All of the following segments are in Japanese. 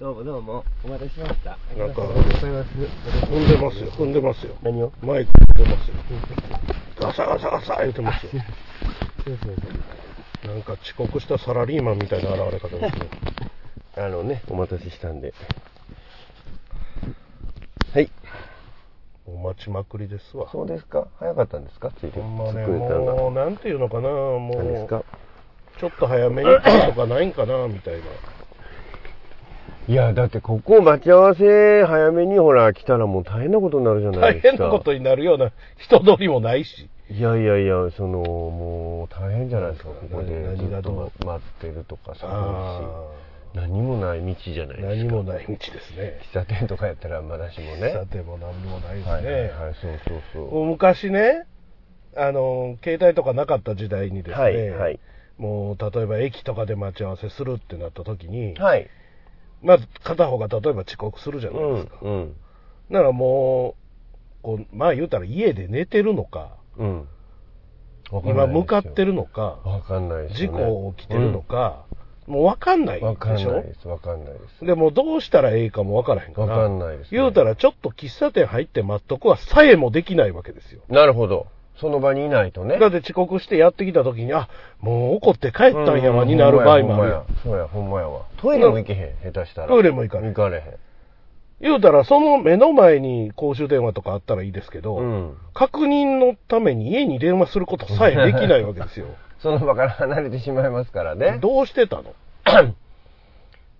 どうもどうも、お待たせしました。なんかありがとうございます。踏んでますよ、踏んでますよ。何をマイク踏んでますよ。ガサガサガサ言ってますよ。そうそうなんか遅刻したサラリーマンみたいな現れ方ですね。そう。あのね、お待たせしたんで。はい。お待ちまくりですわ。そうですか早かったんですかついてほんまね、作れたのが。もう、なんていうのかな、何ですもかう、ちょっと早めに来るとかないんかな、みたいな。いや、だってここ待ち合わせ早めにほら来たらもう大変なことになるじゃない大です変か。なことになるような人通りもないし。いやいやいや、その、もう大変じゃないですか、ここで。何ずがっどうと待ってるとかさあ、何もない道じゃないですか。何もない道ですね。喫茶店とかやったらまだしもね。喫茶店も何もないですね。はいはいはい、そうそうそ昔ね、あの、携帯とかなかった時代にう。ですね、はいはい。もう例えば駅とかで待ち合わせするってなった時に、はい。まあ片方が例えば遅刻するじゃうないですんか。うんだからもう、こうまあ言うたら家で寝てるのか、うん。今向かってる。るのか、わかんないです事よね。故起きてるのか、もう分かんないわかんでしないょです、わかんないです。でもどうしたらええかも分からへんから、わかんないですね言うたらちょっと喫茶店入って待っとくはさえもできないわけですよ。なるほど。その場にいないとね。だって遅刻してやってきた時に、あもう怒って帰ったんやわうんになる場合もあるやん。ほんまやほんまやそうや、ほんまやわ。トイレも行けへん、下手したら。トイレも行かれへん行かれへん。言うたら、その目の前に公衆電話とかあったらいいですけど、うん。確認のために家に電話することさえできないわけですよ。その場から離れてしまいますからね。どうしてたの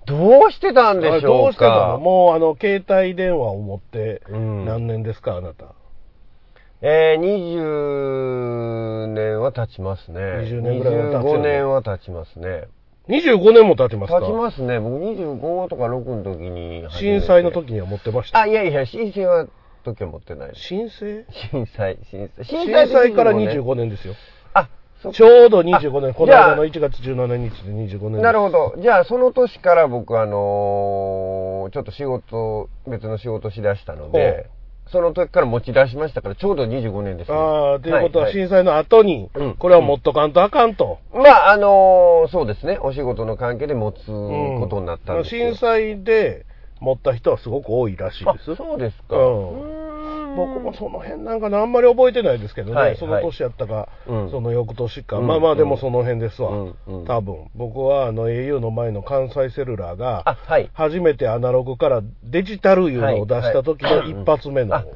どうしてたんでしどょううしてたかの。もう、あの、携帯電話を持って、うん何年ですか、あなた。えー、20年は経ちますね。 20年ぐらいは経つよね25年は経ちますね。 25年も経ってますか経ちますね。僕25とか6の時に初め震て。災の時には持ってました。あ、いやいや、震災は時は持ってないです。申請震災、震災。震災から的に25もね。年ですよ。あ、そっかちょうど25年、あこの間の1月17日で25年ですなるほど。じゃあ、その年から僕、あのーちょっと仕事、別の仕事しだしたので、その時から持ち出しましたから、ちょうど25年ですね。ああ、ということははいはい震災の後にうん、これは持っとかんとあかんと。まあ、あのーそうですね。お仕事の関係で持つことになったんですよ、震災で持った人はすごく多いらしいあです。そうですか。うん僕もその辺なんかなあんまり覚えてないですけどね、はいその年やったか、うんその翌年か、うんまあまあでもその辺ですわ、うんうん多分僕はあの au の前の関西セルラーあ、がはい。初めてアナログからデジタルいうのを出した時の一発目の、はいはい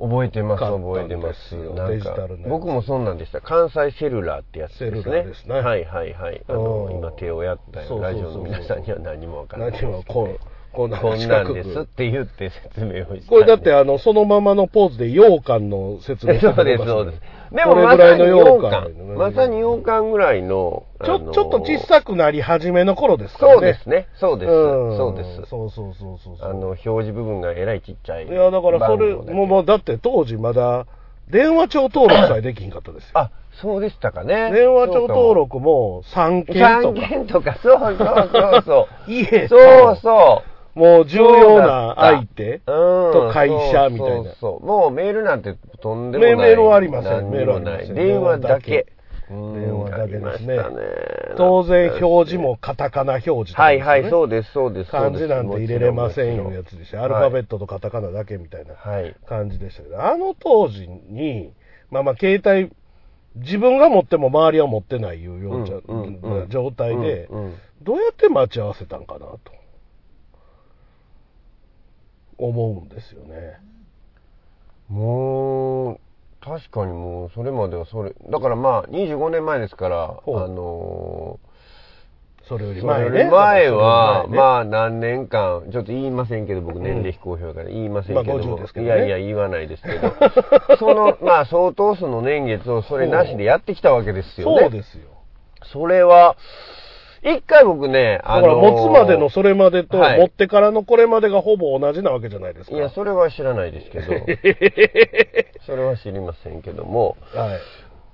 覚えてます、買った覚んでえてますす。よなんかデジタルのやつ僕もそうなんでした。関西セルラーってやつですね。セルラーですねはいはいはい。あのう、ん今手をやったそうそよ。うラそうジそうオの皆さんには何もわからない。何もこうこんなこんなん四で角すっくて言って説明をしたんでこれだってあのそのままのポーズで羊羹の説明 そうです、そうです。ででももままささにに羊羊羹。羹まさに羊羹ぐらいの。ちょあのーちょっと小さくなり始めの頃ですからねそうですね。そうです。うんそうです。そうそうそうそうそうあの、表示部分がえらいちっちゃい。いや、だからそれ、番号だけもうもうだって当時まだ、電話帳登録さえできひんかったですよ。あ、そうでしたかね。電話帳登そうかも。録も3件と三か、件とか、そうそうそうそ う。家とそうそう。もう重要な相手とと会社みたいな。そうそうそうもうメールなんてとんでもない。メメールはありません何にもメールはありまないせん電話だけ。うん電話だけですねありましたね当然表示もカタカナ表示とかはでいすよね、はい、そうです、そうです。漢字なんて入れれませんよやつでした。アルファベット。トとカタカナだけみたいなはい。感じでしたけど、あの当時に、まあまあ携帯、自分が持っても周りは持ってないいうようなうんうんうん状態で、うんうんどうやって待ち合わせたんかなと思うんですよね。もう、確かにもう、それまではそれ、だからまあ、25年前ですから、あほうのそれよりー、前それよね。り前は、それより前ねまあ何年間、ちょっと言いませんけど、僕年齢非公表だから言いませんけど、まあ50ですけどいねやいや言わないですけど、 その、まあ相当数の年月をそれなしでやってきたわけですよね。そうですよ。それは、一回僕ね、だかあらのー持つまでのそれまでとはい持ってからのこれまでがほぼ同じなわけじゃないですか。いや、それは知らないで すけど、それは知りませんけども、はい。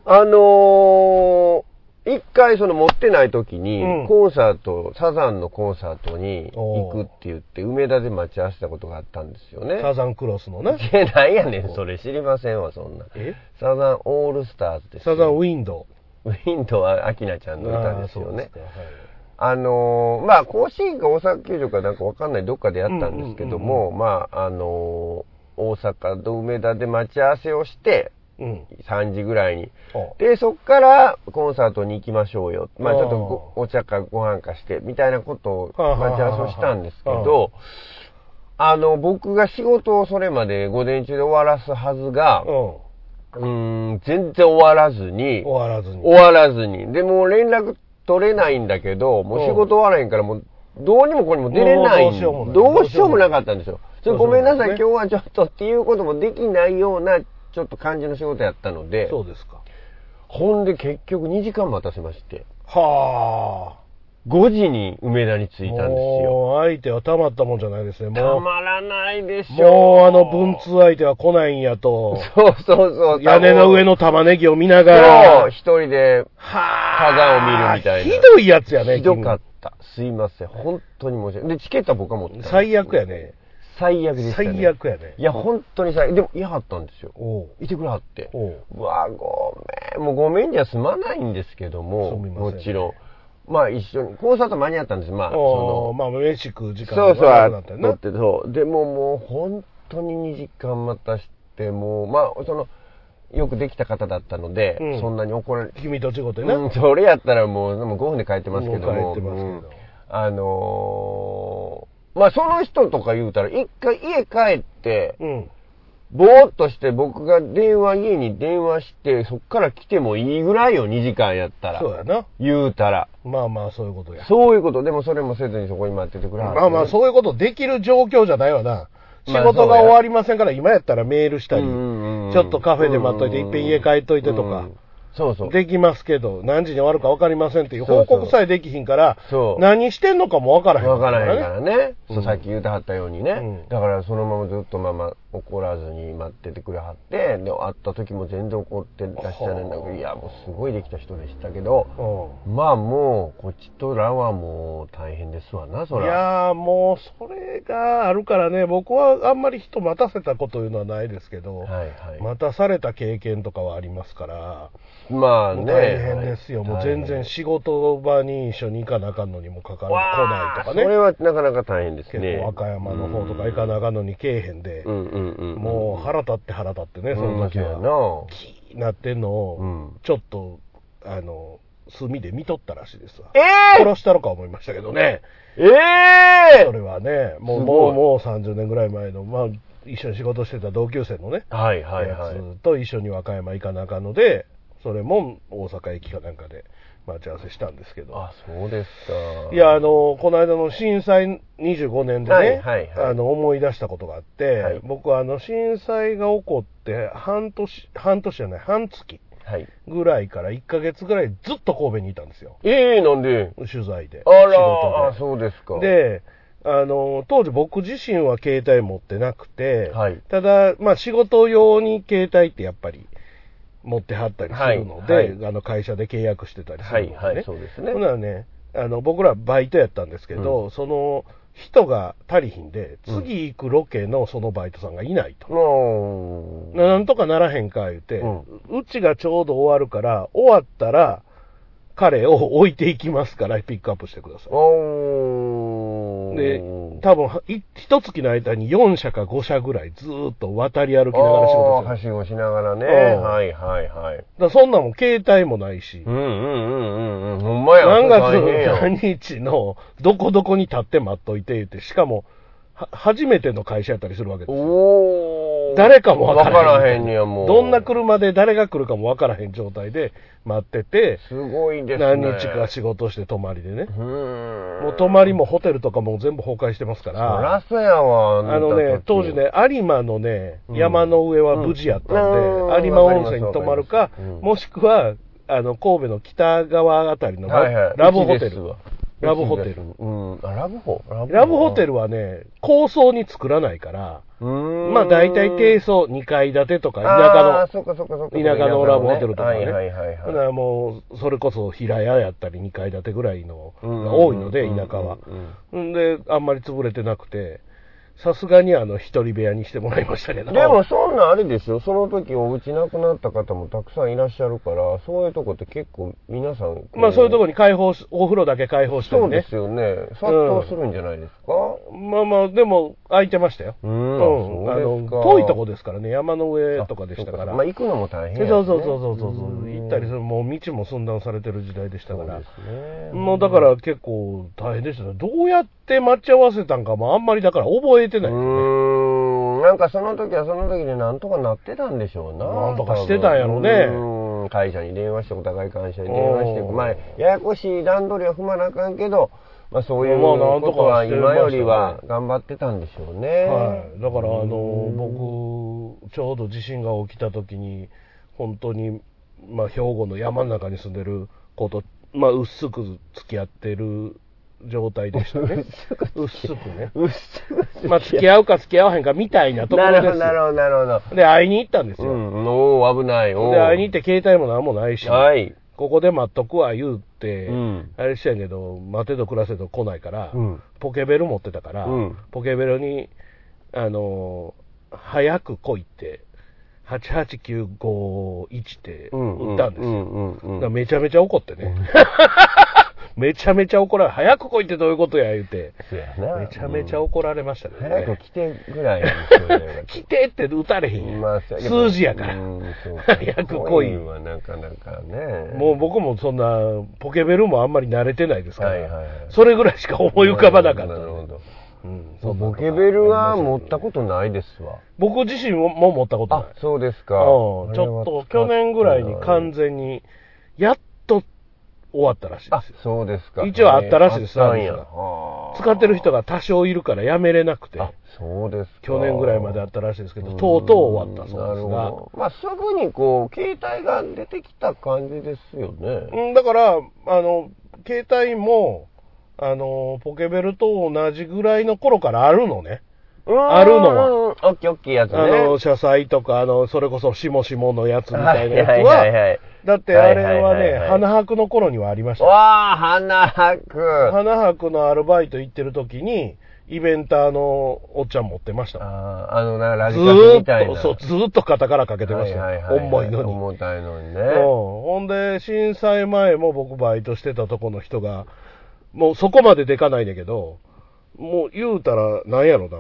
あのー一回その持ってない時に、うんコンサート、サザンのコンサートに行おーくって言って、梅田で待ち合わせたことがあったんですよね。サザンクロスの ね。いや、なんやねん、それ知りませんわ、そんな。えサザンオールスターズですよ。サザンウィンドウ。ウィンドはアキナちゃんの歌ですあー。よねそうですかはいあのーまあ、甲子園か大阪球場かなんかわかんない、どっかでやったんですけども、まあ、あのー大阪と梅田で待ち合わせをして、うん。 3時ぐらいに。おで、そっからコンサートに行きましょうよ。まあ、あちーょっとごお茶かご飯かして、みたいなことをはあはあはあ待ち合わせをしたんですけど、あの、僕が仕事をそれまで午前中で終わらすはずがうん。、うーん、全然終わらずに、終わらずに。終わらずに。で、もう連絡取れないんだけど、もう仕事終わらへんから、もう、どうにもこうにも出れなもい。うどうしようもないどうしようもなかったんですよ。ちょっとごめんなさい、どうし今日はちょっとっていうこともできないような、ちょっと感じの仕事やったので、そうですか。ほんで結局2時間待たせまして、はあ。 5時に梅田に着いたんですよ。もう相手はたまったもんじゃないですね。たもう、まらないでしょ。もうあの文通相手は来ないんや と、そうそうそう。屋根の上の玉ねぎを見ながそうら、一人では風を見るみたいなひどいやつやね、ひどか君った。すいません。本当に申し訳ない。で、チケットは僕は持ってたんです最悪やね。最悪でしたね。最悪やねい。や、本当に最悪。でも、嫌はったんですよ。おういてくれはって。おううわ、ごめん。もうごめんじゃ済まないんですけども、すみまもせんちろん。まあ、一緒に。コンサート間に合ったんです。まあ、そおうの、まあ、飯食う時間そうそう、長くなったよ乗なって、そう。でももう、本当に2時間待たして、もう、まあ、その、よくできた方だったので、うんそんなに怒られ、君と仕事でな。うん、それやったらもう、もう5分で帰ってますけども。もう帰ってますけどうんあのーまあ、その人とか言うたら、一回家帰って、うん。ぼーっとして僕が電話、家に電話して、そっから来てもいいぐらいよ、2時間やったら。そうやな。言うたら。まあまあ、そういうことや。そういうこと。でもそれもせずにそこに待っててくれはってまあまあ、そういうことできる状況じゃないわな。仕まあ事が終わりませんから、今やったらメールしたり、うちんうんうんょっとカフェで待っといて、うんいっうんうんぺん家帰っといてとか、そうそう。できますけど、何時に終わるか分かりませんっていうそうそう報告さえできひんからそ、う何してんのかも分からへんわからへんからね。ね。うんそうさっき言うてはったようにね。うんだからそのままずっとまま怒らずに待っててくれはって、で、会った時も全然怒ってらっしゃるんだけはど、あいや、もうすごいできた人でしたけど、うまあもう、こっちとらはもう大変ですわな、そんいら。やーもうそれがあるからね、僕はあんまり人待たせたこというのはないですけど、はいはい。待たされた経験とかはありますから、まあもね。う大変ですよ、はいもう全然仕事場に一緒に行かなあかんのにもかか大変る来ないとかねそれはなかなか大変です結ね。構和歌山の方とか行かなあかんのにけえへんでう、んうんうん。もう腹立って腹立ってね、うん、その時うは、んそキーなってんのうやなうを、ん。ちょっと、あの、炭で見とったらしいですわ。え殺したのか思いましたけどね、ええそれはね、もうすもごいうもう30年ぐらい前の、まあ、一緒に仕事してた同級生のね、えはいはいはい。やつと一緒に和歌山行かなあかんので、それも大阪駅かなんかで待ち合わせしたんですけど、あ、そうですか。いや、あ、の、この間の震災25年でね、はいはいはいあの、思い出したことがあって、はい僕はあの、震災が起こって、半年、半年じゃない、半月はい。ぐらいから1ヶ月ぐらいずっと神戸にいたんですよ。ええなんで取材で。あら、あ仕事そうですか。、で。で、あの、当時僕自身は携帯持ってなくて、はいただ、まあ仕事用に携帯ってやっぱり持ってはったりするので、はいはいあの会社で契約してたりすはるのでいね。はい、そうですねほ。なね、あの僕らバイトやったんですけど、うその人が足りひんで、うん次行くロケのそのバイトさんがいないと。もう、ななんとかならへんか言うて、ううんちがちょうど終わるから、終わったら、彼を置いていきますから、ピックアップしてくださおい。ー。で、多分い一月の間に4社か5社ぐらいずーっと渡り歩きながら仕事あーはしてしごしながらね。うんはいはいはい。る。だからそんなんもん携帯もないしう、んうんうんうんうん。ほんまや。何月大変や何日のどこどこに立って待っといて言って、しかも、は初めての会社やったりするわけですよ。おー誰かも分からへん。わへんねや、もう。どんな車で誰が来るかも分からへん状態で待ってて、すごいですね。何日か仕事して泊まりでねう。ーん。もう泊まりもホテルとかも全部崩壊してますかそらら、そやわ。んたあのね、当時ね、有馬のね、うん山の上は無事やったんで、うん有馬温泉に泊まるかわかりますわかりま、すもしくは、あの、神戸の北側あたりのラ,、はいはい、ブホうテちですル。わラブホテルうちですうん。あ、ラブホララブホテル。ルはね、高層に作らないから、うーん。まあ大体低層2階建てとか、あ田ーそっかそっかそっ舎かの、田舎のラブホテルとかね。はいはいはいはいだからもう、それこそ平屋やったり2階建てぐらいのが多いので、田舎は。うんうんうんうんんで、あんまり潰れてなくて、さすがにあの、一人部屋にしてもらいましたけでど。も、そんなんあれですよ。その時お家亡くなった方もたくさんいらっしゃるから、そういうとこって結構皆さんこう。まあそういうところに開放し、お風呂だけ開放してそうるでね。すよね。殺到するんじゃないですか、まあまあ、でも空いてましたよ。う、うんん。ああのの、遠いとこですからね、山の上とかでしたから。まあ行くのも大変やしね、そうそうそうそうそうそう。ん行ったりする、もう道も寸断されてる時代でしたそかうらで。すね。もうだから結構大変でしたね。どうやって待ち合わせたんかもあんまりだから覚えてない。うーん、なんかその時はその時でなんとかなってたんでしょうな。なんとかしてたんやろねうん会社に電話して、お互い会社に電話して、うんまあ、ややこしい段取りは踏まなあかんけど、まあそういうまあなんこととかはしてましたね今よりは頑張ってたんでしょうね。はい、だからあのうん僕ちょうど地震が起きた時に本当に、まあ、兵庫の山の中に住んでる子と、まあ、薄く付き合ってる状態でしたね薄くね、うっすぐまあ、付き合うか付き合わへんかみたいなとこ なろるでほすど、なるほど、なるほど。で会いに行ったんですうよ、ん、おー危ない、おーで会いに行って携帯も何もないし、はい。ここで待っとくわ言うて、うんあれしたんやけど待てど暮らせど来ないから、うんポケベル持ってたから、うんポケベルに、あのー早く来いって、88951って打ったんですよ。うんうんうんうだんからめちゃめちゃ怒ってね。 めちゃめちゃ怒られ、早く来いってどういうことや言うて、そうやなめちゃめちゃ怒られましたね。早く来てぐらいですよね来てって打たれへんやん、まあ 数字やから。うんそう早く来い恋はなかなかね。もう僕もそんな、ポケベルもあんまり慣れてないですから、はいはいはいそれぐらいしか思い浮かばなかったんなでるほど。うんそそうんなのボがケベルは持ったことないですわ。僕自身もも持ったことないあ。、そうですか。うんちょっと去年ぐらいに完全全に、やっと終わったらしいであすよ、そうですか。一応あったらしいですあったんやサービスが使ってる人が多少いるからやめれなくて、あ、そうですか。去年ぐらいまであったらしいですけど、んとうとう終わったそうですなるがほどまあ、すぐにこう、携帯が出てきた感じですよね。うん、だから、あの、携帯も、あの、ポケベルと同じぐらいの頃からあるのね。んあるのはうん。オッケーオッケーやつね。あの、車載とか、あの、それこそ、しもしものやつみたいなやつは、はいはいはい。だってあれははいはいね、はい花博の頃にはありましたよ。わあ、花博。花博のアルバイト行ってる時に、イベンターのおっちゃん持ってましたもん。あーあの、なラずジカセーみたいっと、な。そう、ずーっと肩からかけてましたよ。はいはいはい重いのに。うん重たいのにね。ほんで、震災前も僕バイトしてたとこの人が、もうそこまででかないんだけど、もう言うたら、なんやろな。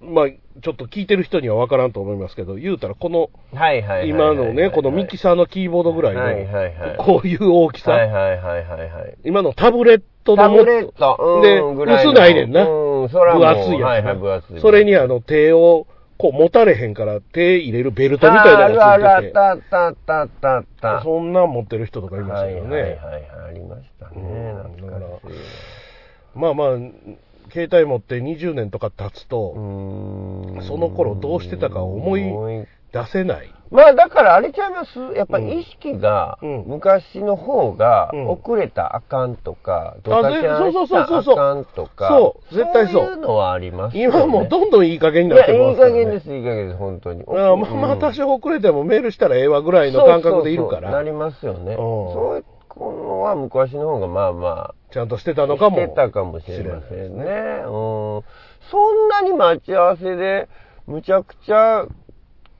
まあ、ちょっと聞いてる人には分からんと思いますけど、言うたら、この、はいはいはいはいはい。今のね、このミキサーのキーボードぐらはいいはいはいの、こういう大きさ。はいはいはいはいはい。今のタブレットタのブレット、で、うん、ぐらいの。薄ないねんな。うん、そらもう分厚いやつ、ねはいはい、分厚い。それにあの手を、こう持たれへんから手入れるベルあトみたいなのがあるあついるてて。あったあったあったあったあった。そんなん持ってる人とかいましたはけいどね。はいはいはい、ありましたね。うん懐かしい。まあまあ、携帯持って20年とか経つうと、んその頃どうしてたか思い出せない。まあだからあれちゃいますやっぱり意識がうん昔の方がうん遅れたらあかんとか、ドあタキャンそうしそうたそうらそうあかんとか、そう絶対そうそういうのはありますよね。今もうどんどんいい加減いになっや、てまいいすから、加ね。減です、いい加減です、本当に。だからまあまあ多少遅れてもメールしたらええわぐらぐいの感覚でいるから、なりますよね。んそういうのは昔の方がまあまちゃんとしてたあ、のかも。してたかもしれませんね。うん。そんなに待ち合わせで、むちゃくちゃ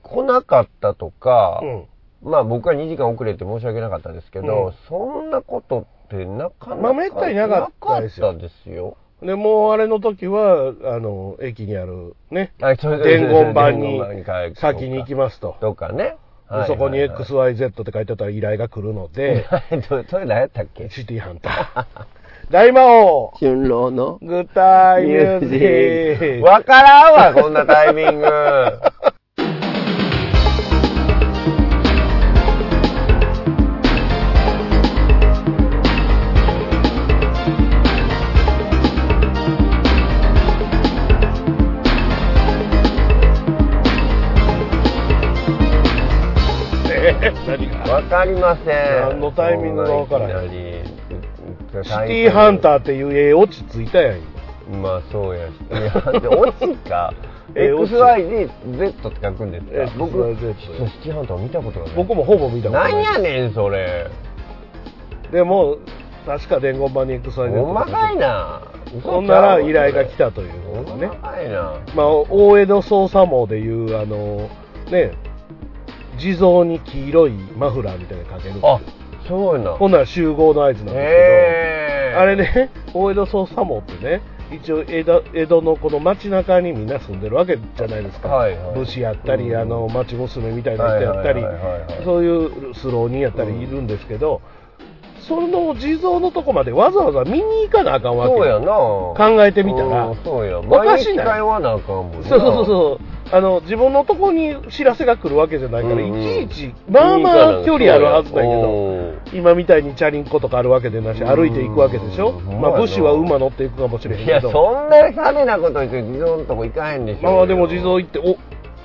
来なかったとか、うん。まあ僕は2時間遅れて申し訳なかったですけうど、んそんなことってなかなかまあめったになかったですよなかったですよ。で、もうあれの時は、あの、駅にあるね、はい、それ伝言板に伝言板に書いて先に行きますと。とかね。でそこにはいはいはい XYZ って書いてたら依頼が来るので、どそれ何やったっけシティハンター。大魔王春郎のグッタイミュージックわからんわ、こんなタイミング。え何がわかりません。何のタイミングがわからへんいきなりシティハンー。ターっていう絵落ち着いたやん。まあそうやし。いやで落ちか。 え落ち XYZ って書くんですか XYZ 僕、シティハンター見たことがない。僕もほぼ見たことなんないやねん、それ。でも、確か伝言版に XYZ 細かいな。ほんなら依頼が来たというそのんがなね。前な。まあ、大江戸捜査網でいう、あの、ね、地蔵に黄色いマフラーみたいなのかける。あ、そうやな。ほんなら集合の合図なんですけど、へーあれ。ね、大江戸捜査網ってね、一応江戸江戸のこの街中にみんな住んでるわけじゃないですか、はいはい武士やったり、うんあの町娘みたいな人やったりはいはいはいはいはい、そういうスロー人やったりいるんですけど、その地蔵のとこまでわざわざ見に行かなあかんわけそうやな。考考えてみたら、そうや。おか毎しい日な通わなあかんもんなそうそうそうあの自分のとこに知らせが来るわけじゃないから、うんうんいちいちまあまあ距離あるはずだけど。ど。今みたいにチャリンコとかあるわけでなしうん歩いていくわけでしょ、うんまあ、武士は馬乗っていくかもしれへんいけや、どそんな派手なこと言って、地蔵のとこ行かへんでしょ。まあでも地蔵行ってお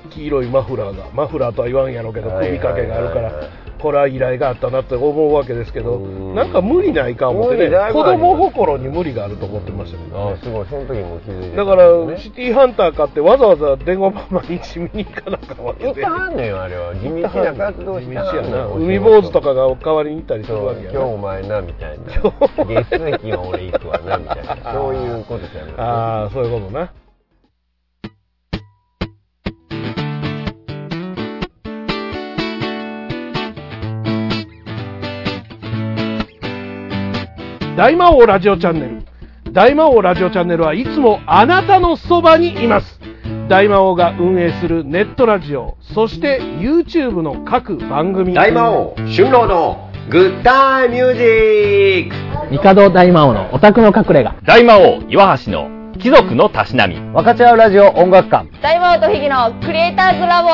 黄色いマフラーがマフラーとは言わんやろうけどはい首掛けがあるかはいはいはいらこれは依頼があったなって思うわけですけどうんなんか無理ないか思って無ね理ない子供心に無理があると思ってましたけどあねすごい、その時も気づいてだたかんらですシね。ティーハンター買ってわざわざ電話番毎日見に行かなあかんわけ行っでてはんねんよ、あれは。地道な活動してはんねん地道やな海坊主とかがお代わりに行ったりすそるわうけ今や日なお前なみたいな今日お前月水金は俺行くわなみたいな そういうことじゃないああそういうことな大魔王ラジオチャンネル大魔王ラジオチャンネルはいつもあなたのそばにいます大魔王が運営するネットラジオそして YouTube の各番組大魔王春郎のグッタイミュージック帝大魔王のオタクの隠れ家大魔王岩橋の貴族のたしなみ分かち合うラジオ音楽館大魔王とヒゲのクリエイターズラボ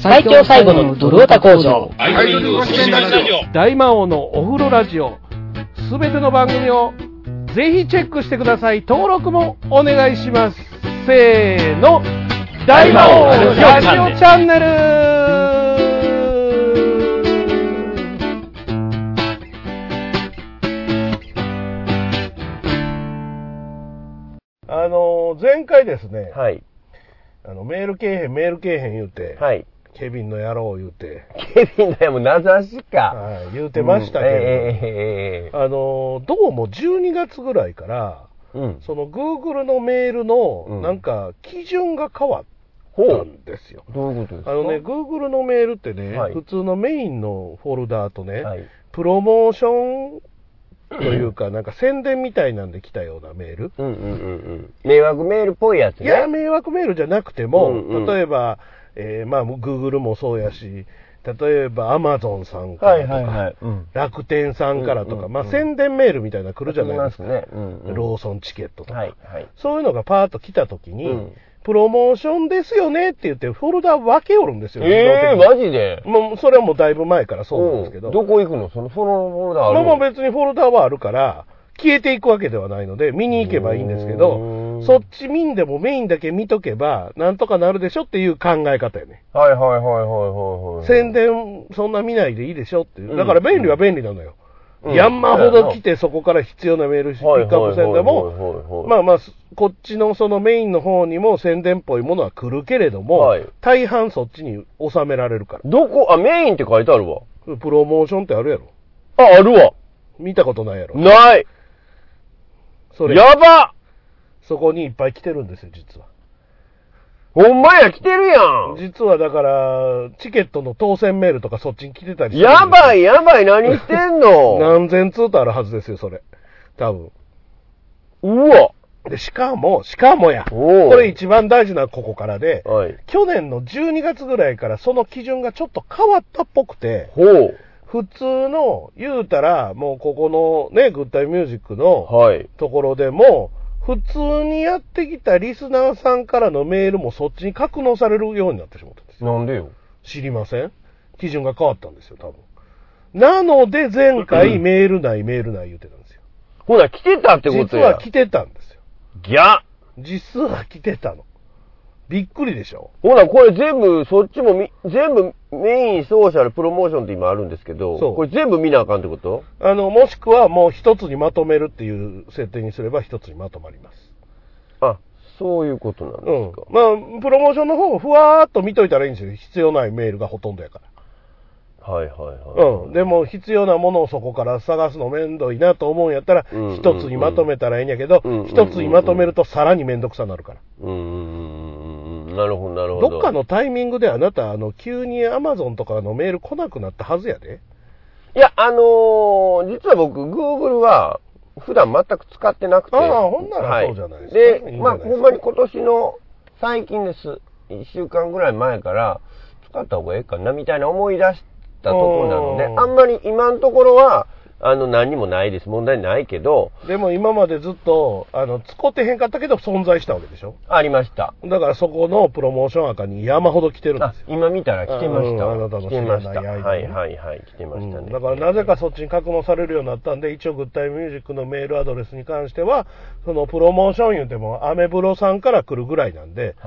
最強最後のドルオタ工場大魔王のお風呂ラジオすべての番組をぜひチェックしてください登録もお願いしますせーの大魔王ラジオチャンネルあの前回ですね、はいあのメールけえへんメールけえへん言うて、はいケビンの野郎言うて、ケビンだよもう名指しかはい言うてましたけど、うんえええええええあのどうも12月ぐらいから、えうんその Google のメールうのんなんか基準が変わっほたうんですよ。どういうことですかあのね、Google のメールってね、はい普通のメインのフォルダーとね、はいプロモーションという か、なんか宣伝みたいなんで来たようなメール。うんうんうんうん迷惑メールっぽいやついねや、迷惑メールじゃなくても、うんうん例えば、えーまあ、Google もそうやし、例えば Amazon さんかはらいとか、はいはいうん楽天さんからとか、うんうんうんまあ、宣伝メールみたいなの来るじゃないですか。ありますねうんうんローソンチケットとか。はいはいそういうのがパーッと来た時に、うんプロモーションですよねって言って、フォルダ分けおるんですよ、ええ自動マ的にジでもうそれはもうだいぶ前からそうなんですけど、うんどこ行くのそのそのフォルダあるまあのまあ別にフォルダはあるから、消えていくわけではないので、見に行けばいいんですけうどん、そっち見んでもメインだけ見とけば、なんとかなるでしょっていう考え方よね。はいはいはいはいはいはい宣伝そんな見ないでいいでしょっていうう。んだから便利は便利なのよ。うんヤンマほど来てそこから必要なメールピはいはいックアはッいプせんでも、はいはいはいまあまあ、すこっちのそのメインの方にも宣伝っぽいものは来るけれども、はい大半そっちに収められるかどこ、あ、メインって書いてあるわ。ら。プロモーションってあるやろ。あ、あるわ。見たことないやろ。ない。それ、やばそこにいっぱい来てるんですよ、実は。ほんまや、来てるやん。実はだから、チケットの当選メールとかそっちに来てたりするんですやよばい、やばい、何して んの何千通とあるはずですよ、それ。多分。うわ。で、しかも、しかもや。おうこれ一番大事なここからで、はい。去年の12月ぐらいからその基準がちょっと変わったっぽくて、ほう。普通の、言うたら、もうここのね、グッタイミュージックのはい。ところでも、普通にやってきたリスナーさんからのメールもそっちに格納されるようになってしまったんですよ。なんでよ。知りません基準が変わったんですよ、多分。なので、前回メールない、メールない言ってたんですよ。ほら、来てたってこと実やは。来てたんですよ。ギャ実は来てたの。びっくりでしょほら、これ全部、そっちもみ、全部、メイン、ソーシャル、プロモーションって今あるんですけど、そうこれ全部見なあかんってことあの、もしくはもう一つにまとめるっていう設定にすれば一つにまとまります。あ、そういうことなんうでんすか。。まあ、プロモーションの方をふわーっと見といたらいいんですよ。必要ないメールがほとんどやから。はいはいはい。うん、でも必要なものをそこから探すのめんどいなと思うんやったら、うん一つにまとめたらいいんやけどうん、一つにまとめるとさらにめんどくさなるから。うんうんうんうん。なるほど、なるほど。どっかのタイミングであなた、あの、急に Amazon とかのメール来なくなったはずやで。いや、あのー実は僕、Google は、普段全く使ってなくて。ああほんならはいそうじゃないですかいいじゃないで、まあ、ですかほんまに今年の最近です。1週間ぐらい前から、使った方がええかな、みたいな思い出したところなのうで、んあんまり今のところは、あの、何にもないです。問題ないけど、でも今までずっと、あの、使ってへんかったけど存在したわけでしょ。ありました。だからそこのプロモーション赤に山ほど来てるんあですよ。今見たら来てました。うんあなたの知来てらないました。間にねはいはいはい、来てましたね。うんだからなぜかそっちに格納されるようになったんで、一応、グッタイミュージックのメールアドレスに関しては、そのプロモーション言うても、アメブロさんから来るぐらいなんで、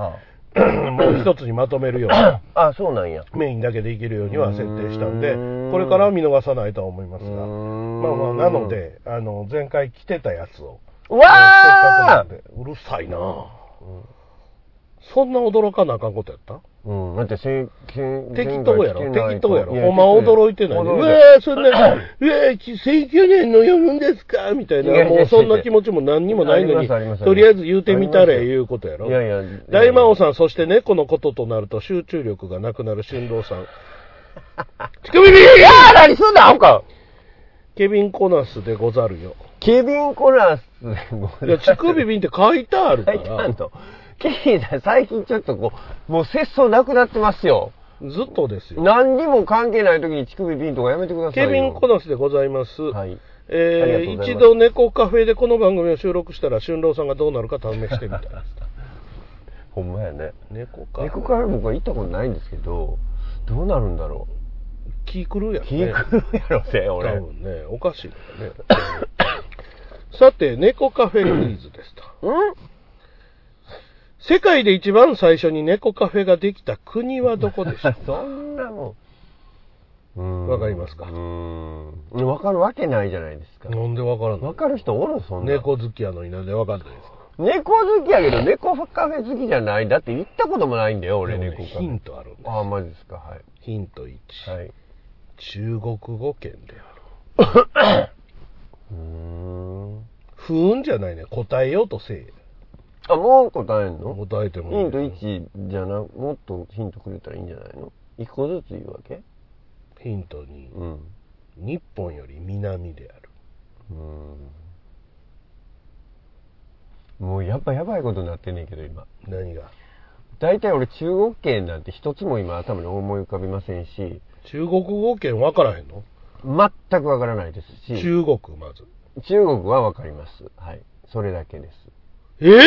はもう一つにまとめるような、あ、あ、そうなんや。メインだけでいけるようには設定したんうで、ーんこれからは見逃さないとは思いますが、うーんまあまあ、なので、あの前回来てたやつを、せっうかわくなんーで、うるさいなぁ、そんな驚かなあかんことやったうん、だってせせ適当やろ適当やろいやほんま驚いてないねう驚いわーそ んな、うわー19年の読むんですかみたいいやな、いやもうそんな気持ちも何にもないのに、ありますありますとりあえず言うてみたれいうことやろいやいや大魔王さん、そして猫のこととなると集中力がなくなる新郎さん。乳首ビーいやー何すんだアホかケビン・コナスでござる よ。ケビン・コラスいや、乳首ビンって書いてあるか最近ら、ずとケビンさん最近ちょっとこうもう節操なくなってますよっとですよ。何にも関係ない時に乳首ビンとかやめてくださいケよビン・コナスでございます。はいありがえとうーござい一ます度猫カフェでこの番組を収録したら、俊郎さんがどうなるか試してみたいです。ほんまやね猫カフ猫ェ。から僕は行ったことないんですけどどうなるんだろ気狂うやんね。う気狂うやろせ多俺分ね、おかしいからね。 さて、猫カフェクイズですと。うん世界で一番最初に猫カフェができた国はどこでしょ う そんなもん。わかりますかうん。わかるわけないじゃないですか。なんでわからなわいかる人おるそんな。。猫好きやのになんでわかんないですか猫好きやけど、猫カフェ好きじゃない。だって行ったこともないんだよ、で俺、もね猫カフヒンェ。トあるんです。ああ、マジですか、はい。ヒント1、はい。中国語圏である。うーん。不運じゃないね。答えようとせえ。あ、もう答えんの答えてもいいヒント1じゃな、もっとヒントくれたらいいんじゃないの一個ずつ言うわけヒント2、うん。日本より南である。うん。もうやっぱやばいことになってんねんけど、今。何が大体俺中国圏なんて一つも今頭に思い浮かびませんし中国語圏わからへんの全くわからないですし中国、まず。中国はわかりますはいそれだけですえぇ、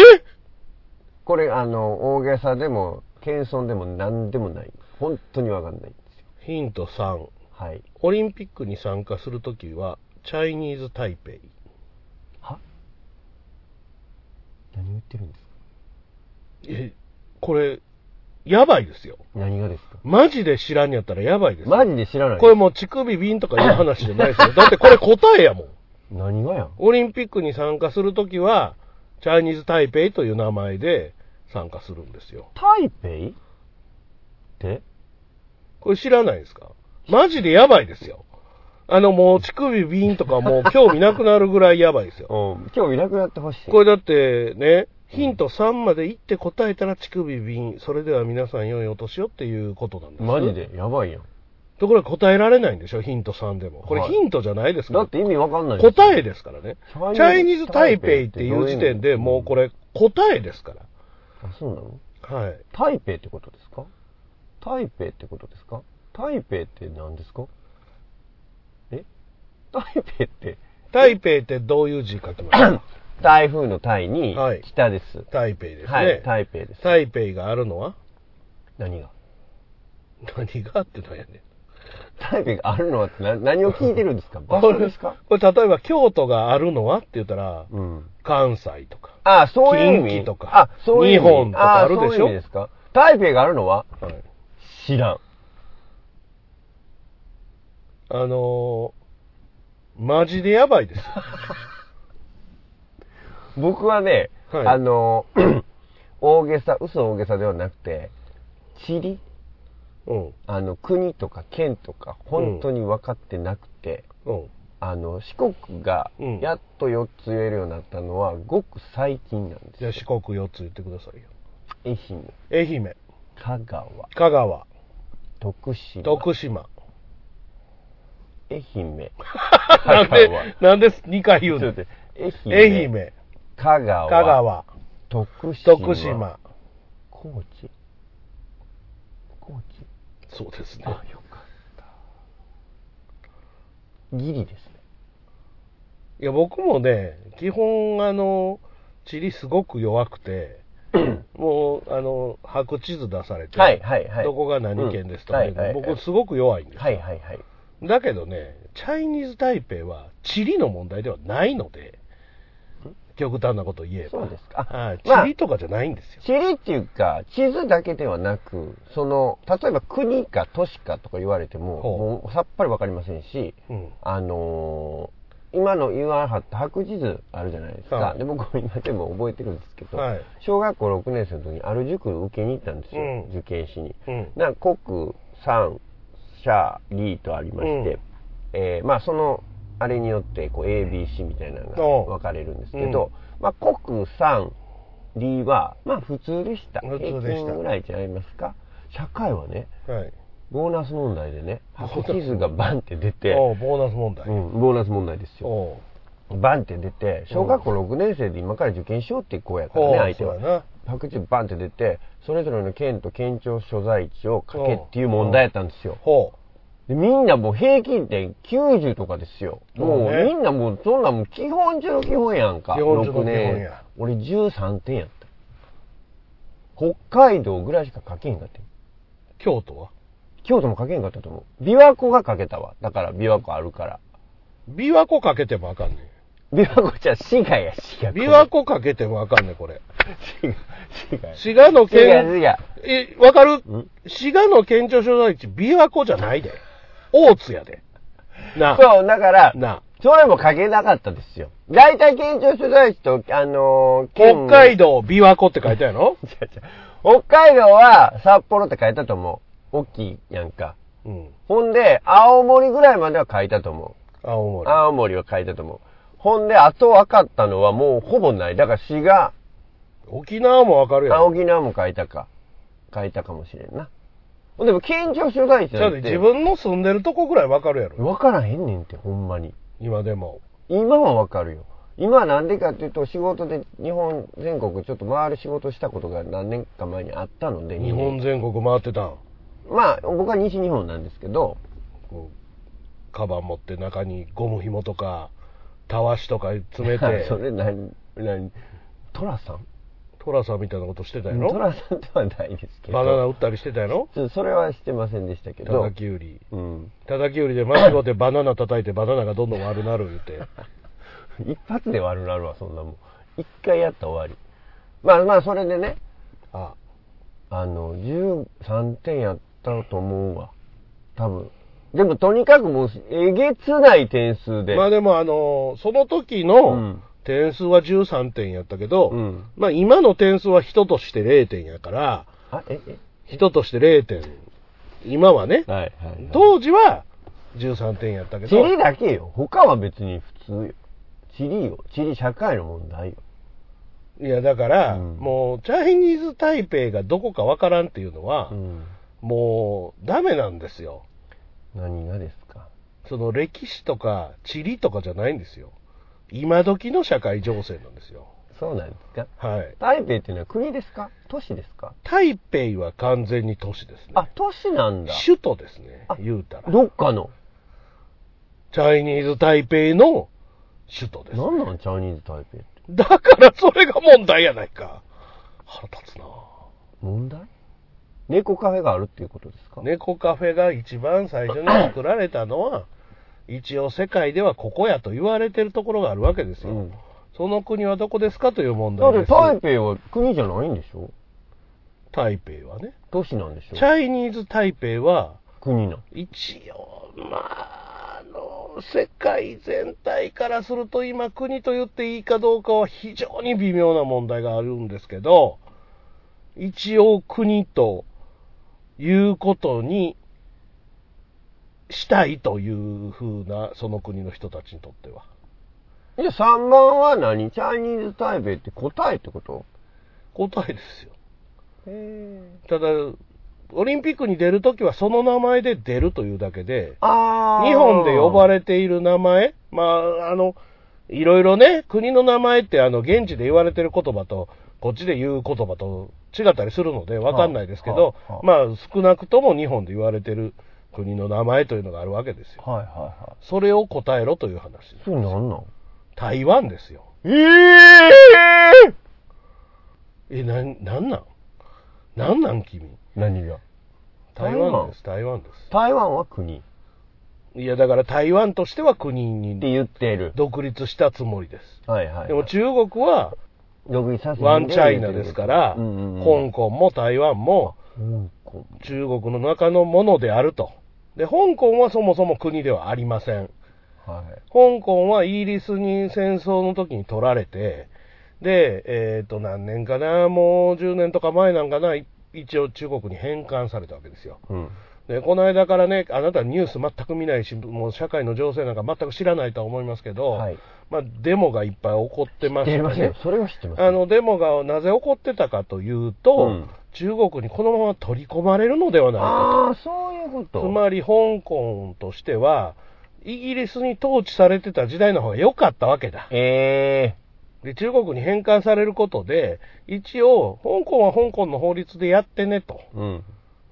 これあの大げさでも謙遜でも何でもない本当にわかんないんですよヒント3、はいオリンピックに参加するときは、チャイニーズ・タイペイ。は何を言ってるんですかえ、これ、やばいですよ。何がですかマジで知らんやったらやばいですよ。マジで知らないこれもう乳首瓶とかいう話じゃないですよ。 だってこれ答えやもん。何がやんオリンピックに参加するときは、チャイニーズ・タイペイという名前で参加するんですよ。台北ってこれ知らないですかマジでやばいですよ。あのもう乳首瓶とかもう興味なくなるぐらいやばいですよ。うん今日いなくなってほしいこれだってね、ヒント3までいって答えたら乳首瓶、それでは皆さん良いお年をっていうことなんですマジでやばいやんところが答えられないんでしょ、ヒント3でも。これはいヒントじゃないですかだら、って意味わかんないです答えですからね。チャイニーズチャイニーズ・タイペイっていう時点でもうこれ答えですかあそうなのら。はい。台北ってことですか台北ってことですか台北って何ですかえ台北ってタイペイってどういう字書きます か台風の台にはい北です。タイペイですね。はい、台北です。タイペイがあるのは何が何があってなんやねん。台北があるのはってな何を聞いてるんで すか場所ですかこれ例えば京都があるのはって言ったら、うん。関西とか。あ、そういう意近畿味とかあ、そういう意味日本とかあるでしょーそういう意味ですか台北があるのは知らん。 あのー、マジでやばいですよ。 僕はね、はいあ の、大げさ、嘘大げさではなくて、チリうん。あの、国とか県とか、本当に分かってなくて、うん。あの、四国がうん、やっと4つ言えるようになったのは、ごく最近なんですじゃよあ四国4つ言ってくださいよ。愛媛、愛媛、香川、香川、徳島、徳 島。愛媛、なんで、なんで2回言うちのょっと待って愛媛、愛媛、香川、香川、徳島、徳島。高知、高知、そうですね。あ、よかった。ギリですね。いや、僕もね、基本、あの、地理すごく弱くて、もう、あの、把握地図出されて、はいはいはい。どこが何県ですとうんかはいうの、いはいはい僕すごく弱いんですよはいはいはい。だけどね、チャイニーズ・台北は地理の問題ではないので、極端なこと言えば。そうですかあはいまあ地理とかじゃないんですよ。地理っていうか、地図だけではなく、その、例えば国か都市かとか言われても、ほうもうさっぱりわかりませんし、うんあのー今の言わはった白地図あるじゃないですか。はいで、僕も今でも覚えてるんですけど、はい小学校6年生の時にある塾受けに行ったんですよ、うん受験しに。うんなんか国、産、社、リーとありまして、うんえーまあその、あれによってこう ABC みたいなのがおう分かれるんですけど、まあ国、産、理は、まあ普通でした。普通でした平均ぐらいじゃないますか。社会はね、はい。ボーナス問題でね、白地図がバンって出て、おうボーナス問題。うん、ボーナス問題ですよ。おうバンって出て、小学校6年生で今から受験しようって子やからおね、う相手そうやは。な。白地図バンって出て、それぞれの県と県庁所在地を書けっていう問題やったんですよ。ほでみんなもう平均点90とかですよ。もそううねみんなもうそんなもう基本中の基本やんか。基本中の6年基本や俺13点やった。北海道ぐらいしか書けへんかったよ。う。京都は京都も書けへんかったと思う。琵琶湖が書けたわ。だから琵琶湖あるから。琵琶湖かけてもあかんねん。琵琶湖じゃ滋賀や、滋賀。琵琶湖かけてもあかんねん、これ。滋賀、滋賀。滋賀の滋賀、県、滋賀。え、わかるん滋賀の県庁所在地、琵琶湖じゃないで。大津やで。なあ、そう、だから、なあ、それも書けなかったですよ。大体県庁所在地と、あのー、北県海道琵琶湖って書いたやろ違う違う 北海道は札幌って書いたと思う。大きいやんか。うん。ほんで、青森ぐらいまでは書いたと思青う。森。青森は書いたと思う。ほんで、あと分かったのはもうほぼない。だから滋賀、沖縄もわかるやん。青木縄も書いたか。書いたかもしれんな。ほんでも県庁所在地ちゃなうんでて。自分の住んでるとこぐらいわかるやろ。分からへんねんって、ほんまに。今でも。今はわかるよ今はなんでかっていうと仕事で日本全国ちょっと回る仕事したことが何年か前にあったので日本全国回ってたん。まあ僕は西日本なんですけどこうカバン持って中にゴム紐とか、たわしとか詰めて そ、れ何何トラさんトラさんみたいなことしてたやトろラさんではないですけどバナナ売ったりしてたやろそうそれはしてませんでしたけたどだき売り。うん叩き売りで間違ってバ ナナ叩いてバナナがどんどん悪なる言う て。一発で悪なるわそんなもん一回やったら終わりまあまあそれでねあ、あの、13点やったと思うわ。多分。でも、とにかくもう、えげつない点数で。まあでもあのーその時うのん点数は13点やったけど、うんまあ今の点数は人として0点やから、あ、え、え、人として0点。今はね、はい、はい当時は13点やったけ地ど、理だけよ。他は別に普通よ。地理よ。地理社会の問題よ。いやだから、うんもうチャイニーズ・台北がどこかわからんっていうのは、うん。もうダメなんですよ。何がですかその歴史とか地理とかじゃないんですよ。今時の社会情勢なんですよ。そうなんですかはい。台北っていうのは国ですか都市ですか台北は完全に都市ですね。あ、都市なんだ。首都ですねあ、言うたら。どっかの。チャイニーズ・台北の首都です。なんなんチャイニーズ台北って。だからそれが問題やないか。腹立つな問題猫カフェがあるっていうことですか猫カフェが一番最初に作られたの は、一応世界ではここやと言われてるところがあるわけですよ。うんその国はどこですかという問だっ題でてす。台北は国じゃないんでしょ台北はね。都市なんでしチょャイニーズ・台北は、国の。一応、まあ、あの、世界全体からすると今国と言っていいかどうかは非常に微妙な問題があるんですけど、一応国ということにしたいというふうな、その国の人たちにとっては。じゃあ3番は何チャイニーズ・タイペイって答えってこと答えですよ。ただ、オリンピックに出るときはその名前で出るというだけで、あ日本で呼ばれれている名前、まあ、あの、いろいろね、国の名前って、あの、現地で言われてる言葉と、こっちで言う言葉と違ったりするので、わかんないですけど、はあまあ、少なくとも日本で言われてる国の名前というのがあるわけですよ。はいはいはい。それを答えろという話。それなんなん台湾ですよ。えええ、なん、なんなんなんなん君。何が台湾です、台湾で台湾は国ってす。いや、だから台湾としては国に言っている。独立したつもりです。はいはい。でも中国は、独立させてワンチャイナですから、うんうんう香ん港も台湾も香港中国の中のものであると。で、香港はそもそも国ではありません。はい。香港はイギリスに戦争の時に取られて、で、えっ、と、何年かな、もう10年とか前なんかな、い一応中国に返還されたわけですよ。うん。で、この間からね、あなたニュース全く見ないし、もう社会の情勢なんか全く知らないとは思いますけど、はいまあ、デモがいっぱい起こってま知しってたますねよ。。それは知ってますよ。あのデモがなぜ起こってたかというと、うん中国にこのまま取り込まれるのではないかああ、そういうことと、。つまり香港としては、イギリスに統治されてた時代の方が良かったわけだ。ええで中国に返還されることで、一応、香港は香港の法律でやってねと、うん。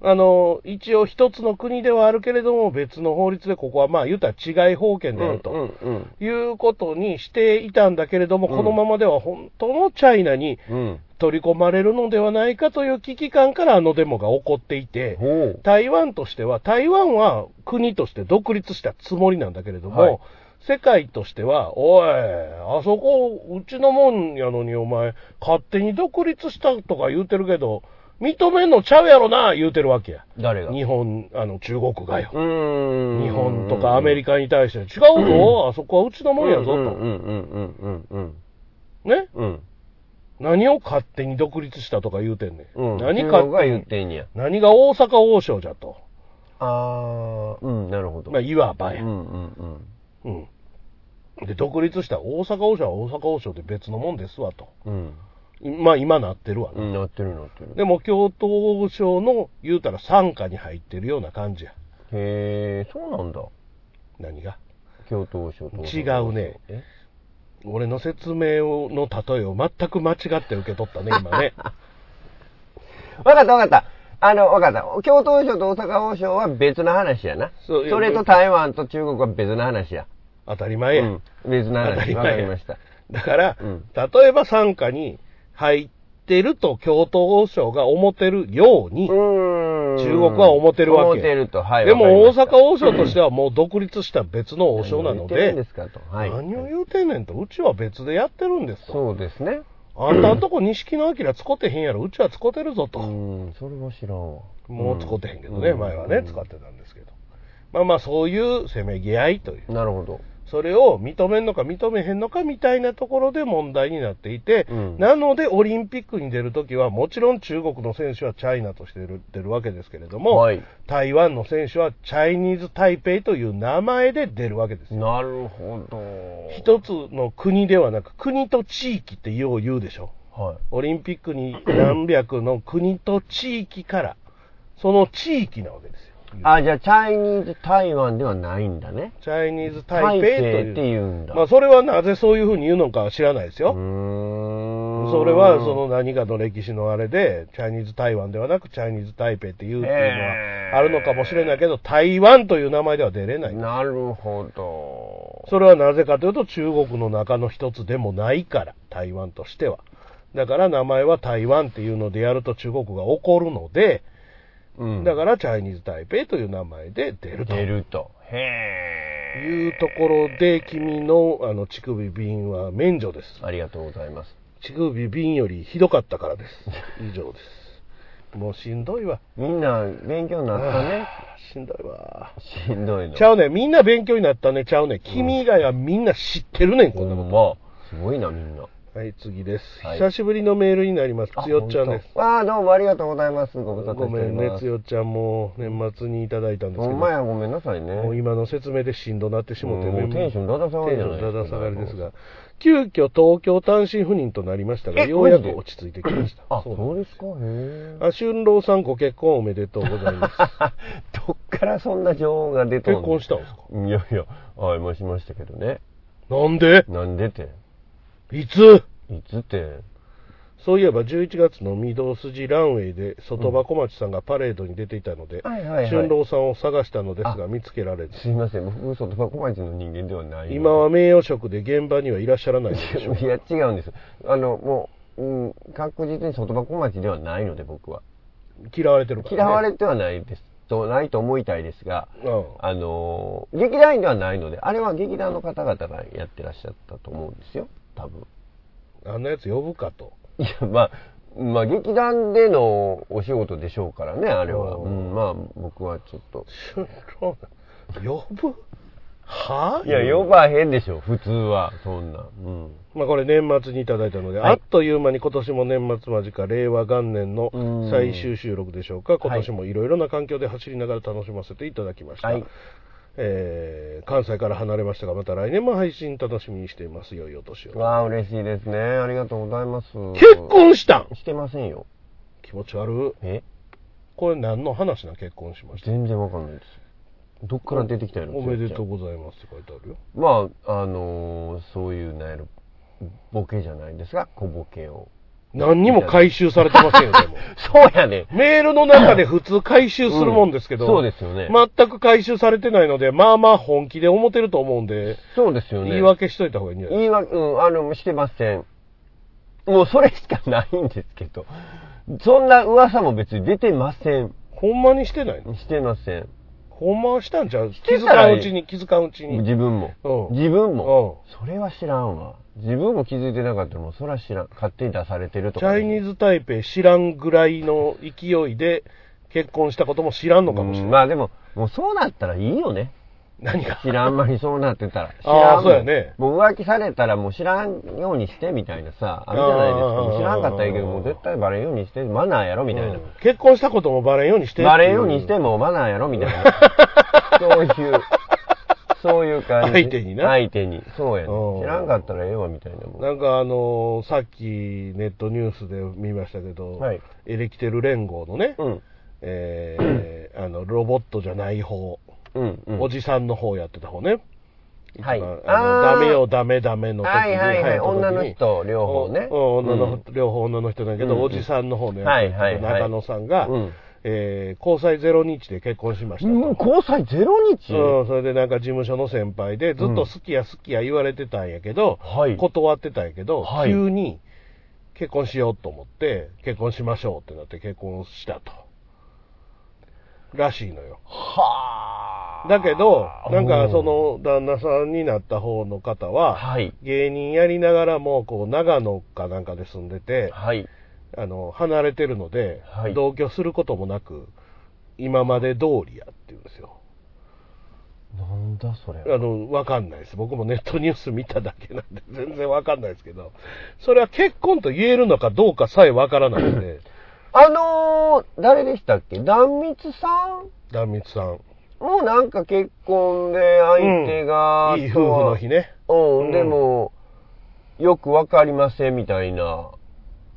あの一応、一つの国ではあるけれども、別の法律でここはまあ言うたら違い法権であると。うんうんいうことにしていたんだけれども、このままでは本当のチャイナにうん。うん。取り込まれるのではないかという危機感からあのデモが起こっていて、ほう。台湾としては、台湾は国として独立したつもりなんだけれども、はい世界としては、おい、あそこ、うちのもんやのに、お前、勝手に独立したとか言うてるけど、認めんのちゃうやろな、言うてるわけや。誰が日本、あの、中国がよ。うーん。日本とかアメリカカに対して、違うぞ、あそこはうちのもんやぞうんと。うんうんうんうんねうん。うん。何を勝手に独立したとか言うてんねん。うん。何中勝国が手言っにてんや。何が大阪王将じゃと、ああ、うん、なるほど。まあ、いわばうや、んうんうん。うんで独立した大阪王将は大阪王将で別のもんですわと、うん。いまあ、今なってるわな、うん、なってるなってる。でも京都王将の言うたら傘下に入ってるような感じや、へえ、そうなんだ。何が、京都王将と。違うねえ。俺の説明をの例えを全く間違って受け取ったね、今 ね、わかったわかった。あの、わかった。京都王将と大阪王将は別の話やな。そそうれと台湾と中国は別の話や。当たり前や、うん別の当た話。りわ前かやりました。だから、うん例えば傘下に入ってると京都王将が思ってるように、うーん。中国は思ってるわけ思ってると。はい。でもわ大かりました阪王将としてはもう独立した別の王将なの何を言ってるでん、ですかと。はい。何を言うてんねんと、うちは別でやってるんですと。そうですね。あんたんとこ錦野明使ってへんやろ、うちは使ってるぞうと。ん、それは知らんわ。もう使ってへんけどね、うん前はね、使ってたんですけど。まあまあ、そういうせめぎ合いという。なるほど。それを認めんのか認めへんのかみたいなところで問題になっていて、うんなのでオリンピックに出るときは、もちろん中国の選手はチャイナとして出る出るわけですけれども、はい台湾の選手はチャイニーズ・タイペイという名前で出るわけですよ。なるほど。一つの国ではなく、国と地域ってよう言うでしょ。はい。オリンピックに何百の国と地域から、その地域なわけですよ。あ、じゃあ、チャイニーズ台湾ではないんだね。チャイニーズ・タ台イ北ペイとっていう。言うんだ。まあ、それはなぜそういうふうに言うのかは知らないですよ。そそれはその何かの歴史のあれで、チャイニーズ台湾ではなく、チャイニーズ台北っていうっていうのへーはあるのかもしれないけど、台湾という名前では出れない。なるほど。それはなぜかというと、中国の中の一つでもないから、台湾としては。だから名前は台湾っていうのでやると中国が怒るので、うんだからチャイニーズ台北という名前で出ると出いると。へうところで、君のあの乳首瓶は免除です。ー。ありがとうございます。乳首瓶よりひどかったから です。以上です。もうしんどいわ。みんな勉強になったね。しんどいわ。しんどいの。ちゃうねん。みんな勉強になったね。ちゃうねん。君以外はみんな知ってるねん、こほんなこんま。すごいな、みんな。と。はい、次です。はい久しぶりのメールになります。つよっちゃんです。わあ、どうもありがとうございます。ご無沙汰ごしてめおりんねま、つす。よっちゃんも年末にいただいたんですほけど、んまや、ごめんなさいね。もう今の説明でしんどなってしもて、もうテンションだだ下がりじゃないテンションだだ下がりですが、急遽東京単身赴任となりましたが、ようやく落ち着いてきました。あ、そうなんそうですかへえ。あ、俊郎さんご結婚おめでとうござい ます。どっからそんな情報が出た結婚したんですかいやいや、あもしましたけどね。なんでなんでて、いついつて、そういえば11月の御堂筋ランウェイで外場小町さんがパレードに出ていたので、はいはいはい俊郎さんを探したのですがあ見つけられずすいません、僕、嘘とばこまちの人間ではない。今は名誉職で現場にはいらっしゃらないのでし ょういや、違うんです。あの、もう、うん、確実に外箱町ではないので、僕は。嫌われてるから、ね、嫌われてはないです。とないと思いたいですが、うんあのー劇団員ではないので、あれは劇団の方々がやってらっしゃったと思うんですよ、多分。あんなやつ呼ぶかと いや、まあ、まあ、劇団でのお仕事でしょうからね、あれは。ううん、まあ、僕はちょっと。俊郎呼ぶはあいや、呼ばへんでしょ、普通は、そんな。うん。まあこれ年末にいただいたので、はいあっという間に今年も年末間近令和元年の最終収録でしょうか今年もいろいろな環境で走りながら楽しませていただきました、はいえー関西から離れましたがまた来年も配信楽しみにしています良いお年をわあ、嬉しいですね。ありがとうございます。結婚したんしてませんよ。気持ち悪いえこれ何の話なん結婚しました全然わかんないです。どっから出てきたやろおめでとうう。ございますって書いてあるよまあ、あのーそういう、なんやろ、ボケじゃないですか、小ボケを。何にも回収されてませんよで もそうやね。メールの中で普通回収するもんですけど、うんそうですよね全く回収されてないので、まあまあ本気で思ってると思うんで、そうですよね。言い訳しといた方がいいんじゃない言い訳、うん、あの、してません。もうそれしかないんですけど、そんな噂も別に出てません。ほんまにしてないのしてません。ほんまはしたんちゃう気てづたからんいういちに、気づかんうちに。自分も。うん自分も、うそれは知らんわ。自分も気づいてなかったらもうそれは知らん。勝手に出されてるとチかね、ャイニーズ・タイペイ知らんぐらいの勢いで結婚したことも知らんのかもしれうんない。まあでも、もうそうなったらいいよね。何が知らんまにそうなってたら。知 あーらんそうやねもう浮気されたらもう知らんようにしてみたいなさ、あるじゃないですか。あーもう知らんかったらいいけど、もう絶対バレんようにして、マナーやろみたいな。うん結婚したこともバレんようにしてっていバレんようにしてもマナーやろみた いな。そういう、そういう感じ。相手にな相手に。そうやうんね。知らんかったらええわみたいなもん。なんかあのーさっきネットニュースで見ましたけど、はいエレキテル連合のね、うん。えーあのロボットじゃない方、うん。うん。おじさんの方やってた方ね、はい一番ああのーダメよ、ダメダメの時に、はいはいはい流行った時に女の人両方ねおうん女のう両方女の人だけど、うんうんおじさんの方のやつはいはいはい中野さんが、うんえー交際ゼロ日で結婚しましたと。うん交際ゼロ日うん、それでなんか事務所の先輩で、ずっと好きや好きや言われてたんやけど、はい断ってたんやけど、はい急に結婚しようと思って、結婚しましょうってなって結婚したと。らしいのよ。はあ。だけど、なんかそうん、の旦那さんになった方の方は、はい芸人やりながらも、こう、長野かなんかで住んでて、はい。あの、離れてるので、はい同居することもなく、今まで通りやって言うんですよ。なんだそれあの、わかんないです。僕もネットニュース見ただけなんで、全然わかんないですけど、それは結婚と言えるのかどうかさえわからないので、 あのー、誰でしたっけ壇蜜さん壇蜜さん。もうなんか結婚で相手が、うんいい夫婦の日ね。う、うんんでも、よくわかりませんみたいな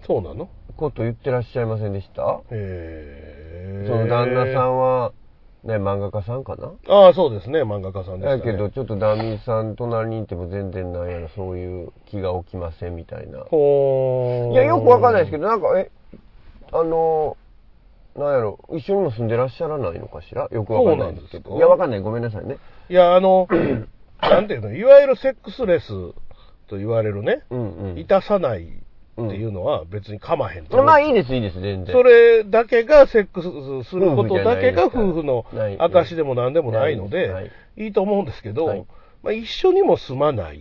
そうなのこと言ってらっしゃいませんでしたへえ。その旦那さんは、ね、漫画家さんかなああ、そうですね、漫画家さんでした、だね。けど、ちょっとダミーさん隣にいても全然なんやろ、そういう気が起きませんみたいな。ほー、いや、よくわかんないですけど。ど、なんか、え、あの、なんやろ、一緒にも住んでらっしゃらないのかしらよくわかんないですけそうなんですど。かいや、わかんない。ごめんなさいね。いや、あ の、なんていうの、いわゆるセックスレスと言われるね、うんうん。いたさないっていうのは別にかまへんと思うまあ、いいです、いいです、全然。それだけがセックスすることだけが夫夫婦じゃない婦のない証でも何でもないのなでい、いいと思うんですけはどい、まあ、一緒にも住まない、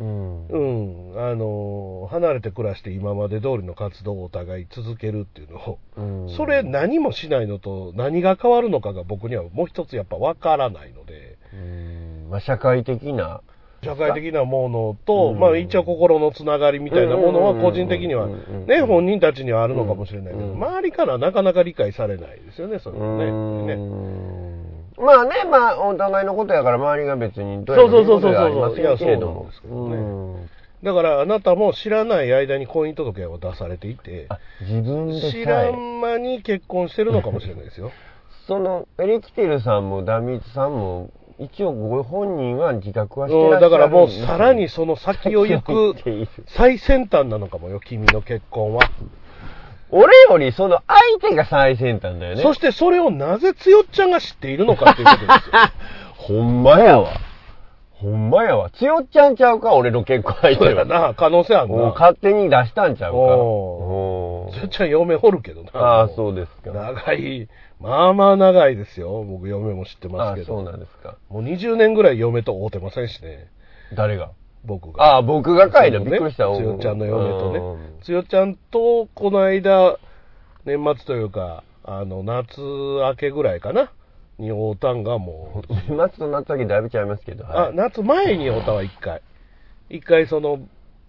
うん。うん、あのー、離れて暮らして今まで通りの活動をお互い続けるっていうのうんを、それ何もしないのと何が変わるのかが僕にはもう一つやっぱわからないので、うんまあ、社会的な社会的なものと、まあ一応心のつながりみたいなものは個人的には、ね、本人たちにはあるのかもしれないけど、周りからなかなか理解されないですよね、それはね。ねまあね、まあ、お互いのことやから、周りが別にどそうそうそうそうそうやってもいいことではありませんけれどもいやそうなんですけどねだからあなたも知らない間に婚姻届を出されていて、うん自分で知らさえん間に結婚してるのかもしれないですよ。その、エレキテルさんもダミーツさんも、一応ご本人は自覚はしてらっしゃだるからもうですよさらにその先を行く先を行っている最先端なのかもよ、君の結婚は。俺よりその相手が最先端だよね。そしてそれをなぜつよっちゃんが知っているのかっていう ことですよ。ほんまやわ。ほんまやわ。つよっちゃんちゃうか、俺の結婚相そうや手は。な、可能性あるもうな。勝手に出したんちゃうか。おうんつよっちゃん嫁掘るけどな。ああ、そうですか。長い、まあまあ長いですよ。僕嫁も知ってあまあすけ、そうど。なんですか。もう20年ぐらい嫁と会うてませんしね、誰が僕が。ああ、僕が書いた。びっくりした。つよちゃんの嫁とうんね。つよちゃんと、この間、年末というか、あの、夏明けぐらいかな、に会うたんがもう、年末と夏だけだいぶ違いますけど。はいあ、夏前に会うたは一回。一回その、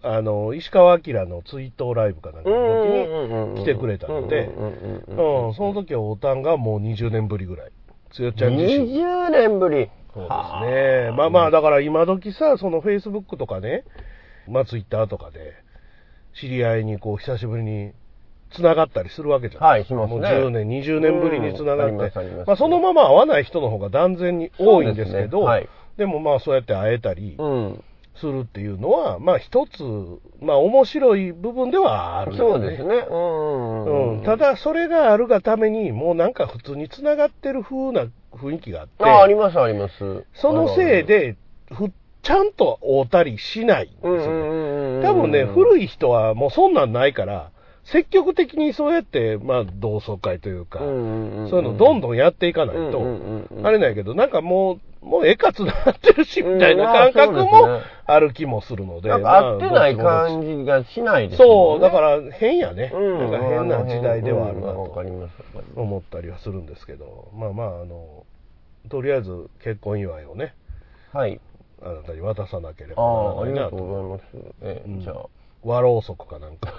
あの、石川明の追悼ライブかなんかの時に来てくれたので、うん、その時会うたんがもう20年ぶりぐらい。つよちゃん自身。 20年ぶり。そうですね。まあまあ、だから今時さ、その Facebook とかね、まあ Twitter とかで、知り合いにこう、久しぶりに繋がったりするわけじゃないはいしますねもう10年、20年ぶりに繋がって、うんありますありますまあそのまま会わない人の方が断然に多いんですけど、そうですねはいでもまあそうやって会えたりうん。するっていうのは、まあ一つ、まあ面白い部分ではあるそようですね。うんうん。うん、ただ、それがあるがために、もうなんか普通に繋がってる風な雰囲気があって、ああ、ありますあります。そのせいで、ふちゃんと会うたりしないんですうんうんよね。うんうん。多分ね、古い人はもうそんなんないから、積極的にそうやって、まあ、同窓会というか、うんうんうんうんそういうのどんどんやっていかないと、うんうんうんうんあれないけど、なんかもう、もうええかつなってるし、みたいな感覚うんまあそうもですねある気もするので。なんまあか合ってない感じがしないです、そう、だからら変やね。うんなんか変な時代ではあるなうんわかとります。わかります思ったりはするんですけど、まあまあ、あの、とりあえず結婚祝いをね、はい。あなたに渡さなけれあばなあ、あらりないながとと。うございます。えうんじゃあ。和ろうそくかなんか。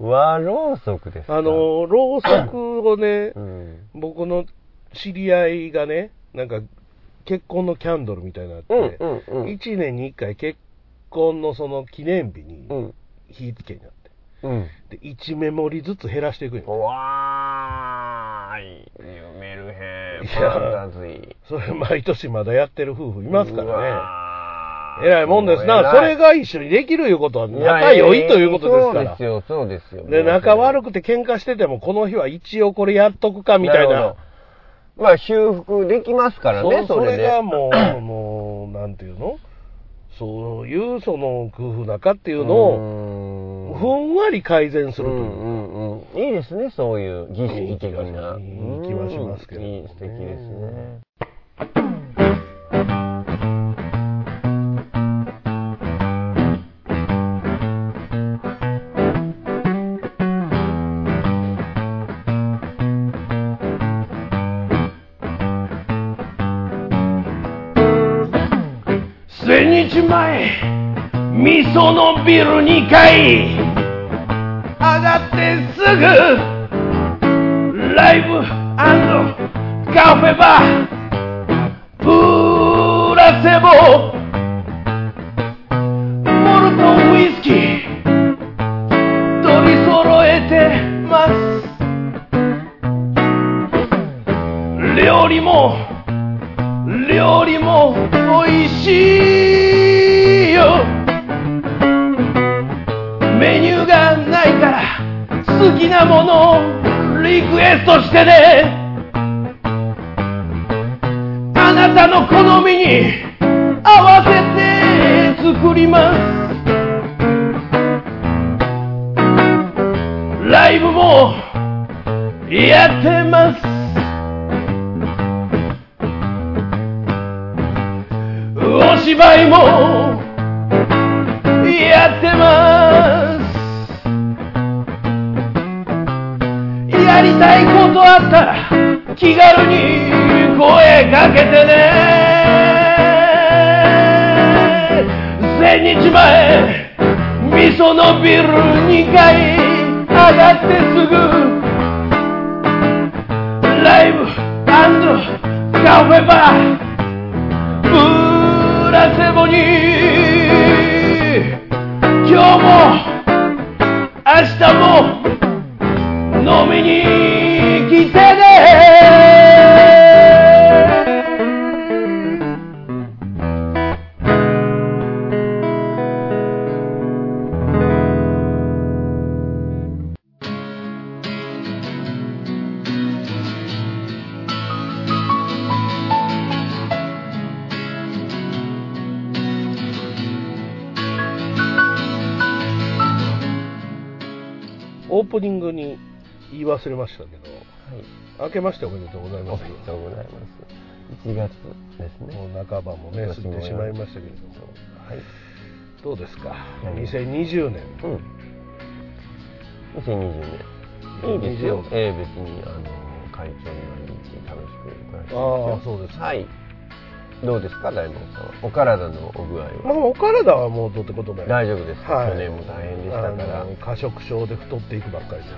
和ろうそくです かあ、の、ろうそくをねう、ん。僕の知り合いがね、なんか結婚のキャンドルみたいなのあって、うんうんうん。 1年に1回結婚のその記念日にうん。火付けになって、うん。で、1メモリずつ減らしていくんよ。わーい。夢るへん。いやパンダズイ。それ毎年まだやってる夫婦いますからね。らえらいもんですな。それが一緒にできるいうことは仲良いということですから。そうですよ、そうですよ。で、仲悪くくて喧嘩してても、この日は一応これやっとくかみたいな。。まあ、修復できますからね、そそれれでが。もう、もう、なんていうのそういう、その、夫婦仲っていうのを、をふんわり改善するうといんう。うんうん。いいですね、そういう儀式的な。いい気はしますけどねうんいい素敵ですね。千日前味噌のビル2階上がってすぐライブカフェバープラセボモルトウイスキー取り揃えてます料理も料理も美味しいよメニューがないから好きなものをリクエストしてねあなたの好みに合わせて作りますライブもやってますお芝居もやってますやりたいことあったら気軽に声かけてね毎日前味噌のビル2階上がってすぐライブカフェバーブラセボに今日も明日も飲みに来てねオープニングに言い忘れましたけど、明けましておめでとうございおますめでとうございます。1月ですね。もう半ばもね過ぎてしまいましたけれどもはい。どうですか何が2020年うん。2020年。いいですよ。ええ別に、あの、会長に毎日楽しく暮らしてますよああそうですかはい。どうですか、大門さんは。お体のお具合まあは。お体はもうどうってことない大丈夫ですか、はい去年も大変でしたから。あの過食症で太っていくばっかりです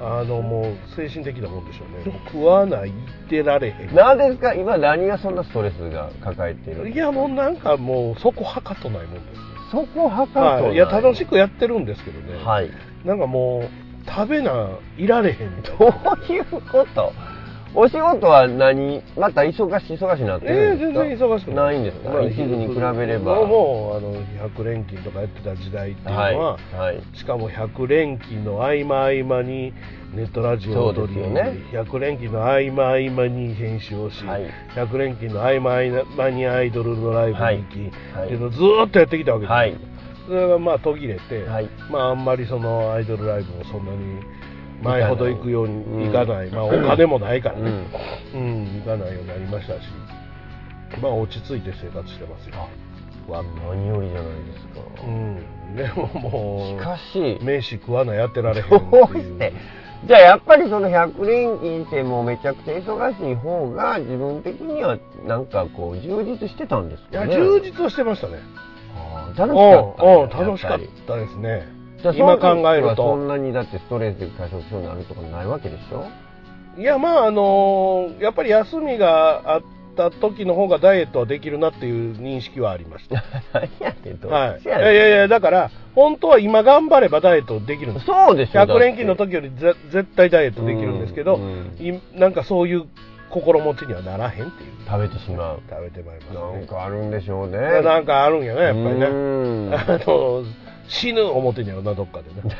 あのもう精神的なもんでしょうねもう食わないってられへんなんですか今何がそんなストレスが抱えているいやもうなんかもうそこはかとないもんですそこはかはい、いや楽しくくやってるんですけどね、はいなんかもう食べないられへんみたいどなういうことお仕事は何また忙しい忙しいなってえるえんです全か、然忙しくないんですか、一時に比べればもうもうあの100連勤とかやってた時代っていうのはいは、はいしかも100連勤の合間合間にネットラジオを撮り、そうですよね100連勤の合間合間に編集をし、はい100連勤の合間合間にアイドルのライブに行き、はいはいっていうのをずーっとやってきたわけですよ、はいそれがまあ途切れて、はいまああんまりそのアイドルライブもそんなに前ほど行くように行行かかな、ないいまあお金もないからうねん、うん行かないようになりましたしまあ落ち着いて生活してますよわ何よりじゃないですか、うんでももしうかし飯食わないやってられへんどっうていしうてじゃあやっぱりその100連勤ってもうめちゃくちゃ忙しい方が自分的にはなんかこう充実してたんですいやかね充実はしてましたねあー楽しかったおうおうやっぱり楽しかったですねじゃあ今考えるそとんなにだってストレスで過食症になるとかないわけでし ょいやまああのやっぱり休みがあった時の方がダイエットはできるなっていう認識はありま した何やってどはっい、いちややいねやいや、だから、本当は今頑張ればダイエットできるんんです。そうでしょ100連勤の時よりぜ絶対ダイエットできるんですけど、うんいなんかそういう心持ちにはならへんっていう、食べてしまう食べてまいりますなね、んかあるんでしょうねいやなんかあるんやね、やっぱりねう。んあの死ぬ思てんやろな、どっかで ね。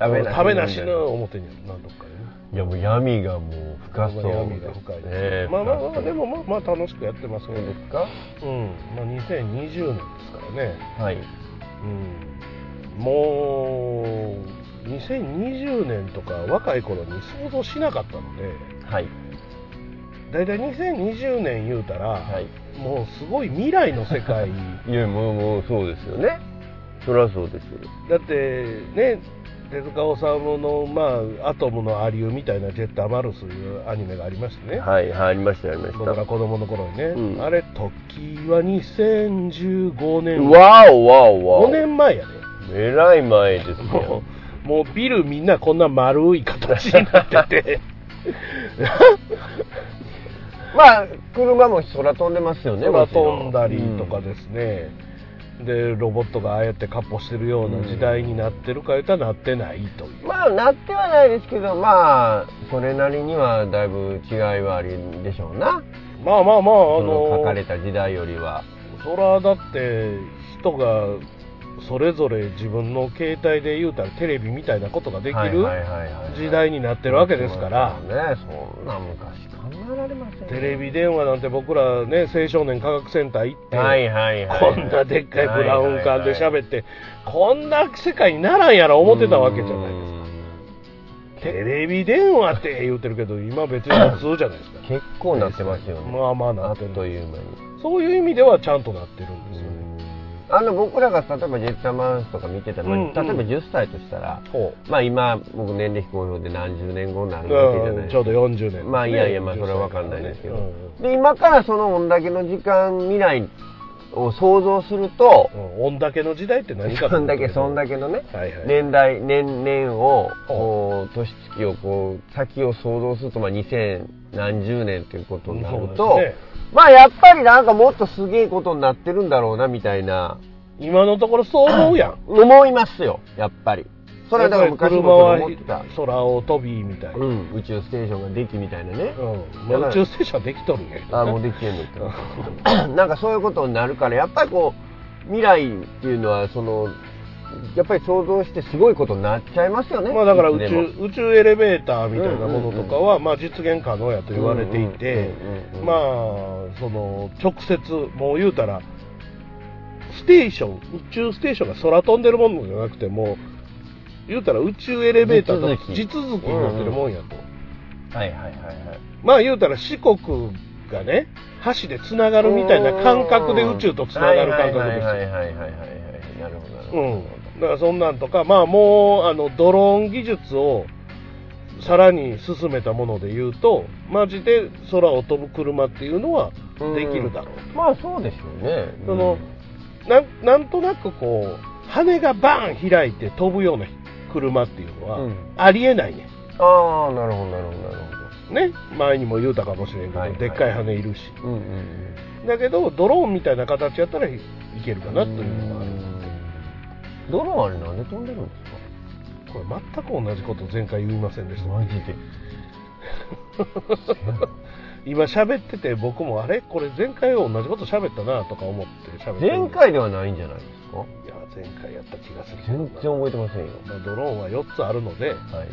なんで食べな死ぬ思てんやろな、どっかでね。いやもう闇がもう深そう闇が深い、ねえまあまあ深まそあ、うでもまあまあ楽しくやってますけそうど、ですかうん、まあ2020年ですからね。はいうんもう2020年とか若い頃に想像しなかったのではいだいたい2020年言うたら、はいもうすごい未来の世界いやもうもうそうですよねそりゃそうですよだってね手塚治虫の、まあ「アトムのアリウみたいな「ジェット・アマルス」いうアニメがありましてね、はいはいありましたよありまし僕らた子供の頃にね、うんあれ時は2015年わおわおわお5年前 やで、えらい前ですよもうもうビルみんなこんな丸い形になってて まあ車も空飛んでますよね空もちろ飛んだりとかですね、でロボットがああやって闊歩してるような時代になってるか言ったらなってないという、まあなってはないですけどまあそれなりにはだいぶ違いはありでしょうなまあまあまあああの書かのれた時代よりはそらだって人がそれぞれ自分の携帯で言うたらテレビみたいなことができる時代になってるわけですからねそんな昔考えられませんよテレビ電話なんて僕らね青少年科学センター行って、はいはいはいこんなでっかいブラウン管で喋って、こんな世界にならんやろ思ってたわけじゃないですか。テレビ電話って言うてるけど、今別に普通じゃないですか。すか結構なってますよねまあまあなあっってるという間にそういう意味ではちゃんとなってるんですよね。あの僕らが例えばジェットマウスとか見てたのに、うんうん例えば10歳としたら、ほまあ今僕年齢非公表で何十年後になうるわけじゃないんですちょかうど40年、まあいやいやまあそれは分かんないですけうんうんどで今からそのこんだけの時間未来を想像すると、うん、恩だけの時代って何かそんだけ、そんだけのね、はいはい年代、年、々を、ほうこう、年月を、こう、先を想像すると、まあ、2000何十年ということになるそと、うですねまあ、やっぱりなんかもっとすげえことになってるんだろうな、みたいな、今のところそう思うやん思いますよ、やっぱり。それはだからやっぱり昔車もは思ってた、空を飛びみたいな、うん、宇宙ステーションができみたいなね。うんもう宇宙ステーションはできとるんやけどあもうできてんのって なんかそういうことになるからやっぱりこう未来っていうのはそのやっぱり想像してすごいことになっちゃいますよねまあだから宇いつでも宙宇宙エレベーターみたいなものとかは、うまあ実現可能やと言われていてうんうんうんうんまあその直接もう言うたらステーション宇宙ステーションが空飛んでるものじゃなくても言うたら宇宙エレベーターと地地続きになってるもんやと、はいはいはいはいまあ言うたら四国がね橋でつながるみたいな感覚で宇宙とつながる感覚ですよはいはいはいはいはいはいなるほどなるほど、うん、だからそんなんとか、まあ、もうあのドローン技術をさらに進めたもので言うと、マジで空を飛ぶ車っていうのはできるだろう、まあそうでしょうねそのなんなんとなくこう、羽がバーン開いて飛ぶような車っていうのは、うんありえないねああなるほどなるほどなるね、前にも言うたかもしれんけど、はいはいでっかい羽いるし、ほどうんうんだけど、ドローンみたいな形やったらいけるかなというのがある。ドローンあれなんで飛んでるんですこかれ全く同じこと前回言いません でしたマジで今喋ってて僕もあれこれ前回同じこと喋ったなとか思って喋ってる前回ではないんじゃないですかいや前回やった気がするけど全な然覚えてませんよまあドローンは4つあるのではいこれ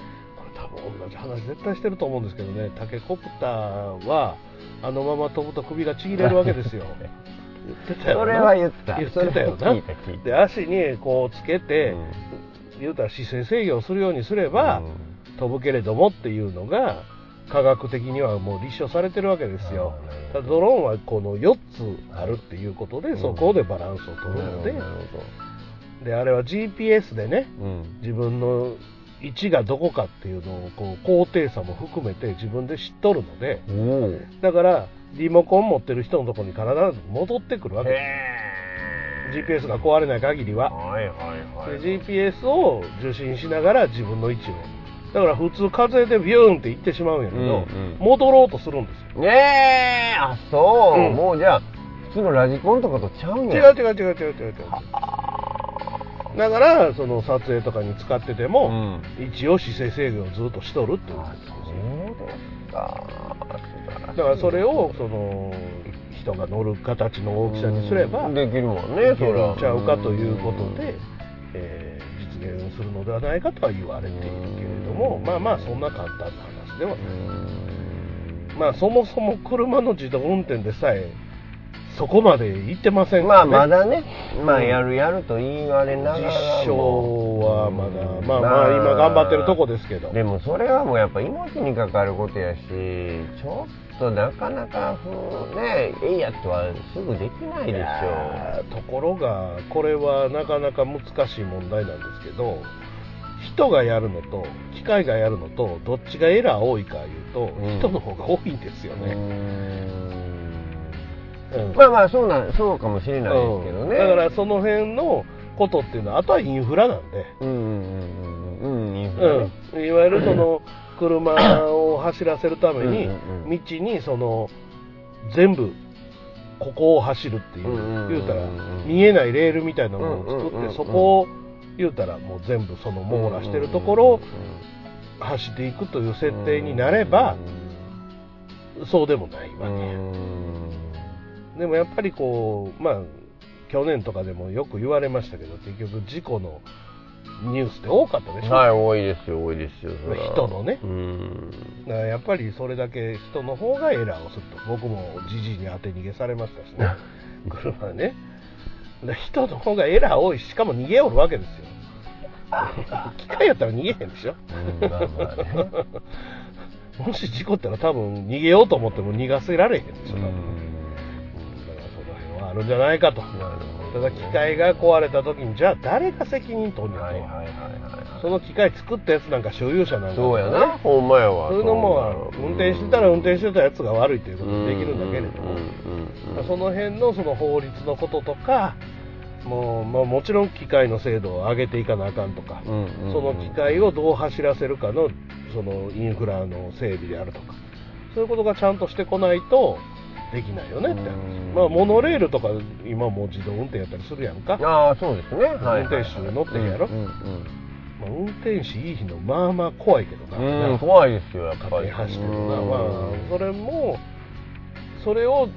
多分同じ話絶対してると思うんですけどねタケコプターはあのまま飛ぶと首がちぎれるわけです よ言ってたよなそれは言ってた言ってたよそれなは聞いた聞いたで足にこうつけて、うん言うたら姿勢制御をするようにすれば、飛ぶけれどもっていうのが科学的にはもう立証されてるわけですよあーなるほどただドローンはこの4つあるっていうことで、んそこでバランスを取るので,、であれは GPS でねうん自分の位置がどこかっていうのをこう高低差も含めて自分で知っとるのでおおだからリモコン持ってる人のところに必ず戻ってくるわけでへす GPS が壊れない限りははいはいはでい GPS を受信しながら自分の位置をだから普通風でビューンって行ってしまうんやけど、うんうん戻ろうとするんですよねえあそう、うんもうじゃあ普通のラジコンとかとちゃうん違やう違う違う違う違う違うだからその撮影とかに使っててうも、ん一応姿勢制御をずっとしとるっていうあそうですか素晴らしいだからそれをその人が乗る形の大きさにすれば、うんでできるもんきるねんそらちゃうかということで、えー実現するのではないかとは言われているけれども、まあまあそんな簡単な話ではないまあそもそも車の自動運転でさえそこまで行ってませんまからねあまだね、まあやるやると言われながら実証もはまだ、まあまあ今頑張ってるとこですけど、でもそれはもうやっぱ命にかかることやしちょっとなかなかふうねえいやとはすぐできないでしょところがこれはなかなか難しい問題なんですけど人がやるのと機械がやるのとどっちがエラー多いかいうと、うん人の方が多いんですようーね、うんんまあまあそうなんそうかもしれないですけどうね、んだからその辺のことっていうのはあとはインフラなんで、うんうんうんうんうんインフラねうん、いわゆるその車を走らせるためにうんうんうん道にその全部ここを走るっていううんうんうん言うたら見えないレールみたいなものをうんうんう作んっうんてそこを言うたらもう全部その網羅してるところを走っていくという設定になればそうでもないわうんうけんでもやっぱりこうまあ去年とかでもよく言われましたけど結局事故のニュースって多かったでしょ、はい多いですよ多いですよそれは人のねうんだからやっぱりそれだけ人の方がエラーをすると僕もじじいに当て逃げされましたし ね車ねで人の方がエラー多いししかも逃げおるわけですよ 機械やったら逃げへんでしょうんまあまあねもし事故ったら多分逃げようと思っても逃がせられへんでしょ、多分うんうんだからその辺はがあるんじゃないかとなるほたどだ機械が壊れた時にじゃあ誰が責任取るのと、はいはいはいはその機械作ったやつなんか所有者なんいかそうやなほんまやわそういうのも運転してたら運転してたやつが悪いということでできるんだけれども、その辺のその法律のこととかもう、まあ、もちろん機械の精度を上げていかなあかんとか、その機械をどう走らせるかのそのインフラの整備であるとかそういうことがちゃんとしてこないとできないよねって話、うんまあ、モノレールとか今もう自動運転やったりするやんか、まあ、ああそうですねはい運転手乗ってんやろうんうん運転手いい日のまあまあ怖いけどな、うんうん怖いですよやっぱ高いり橋とか、うんまあ、それも、それを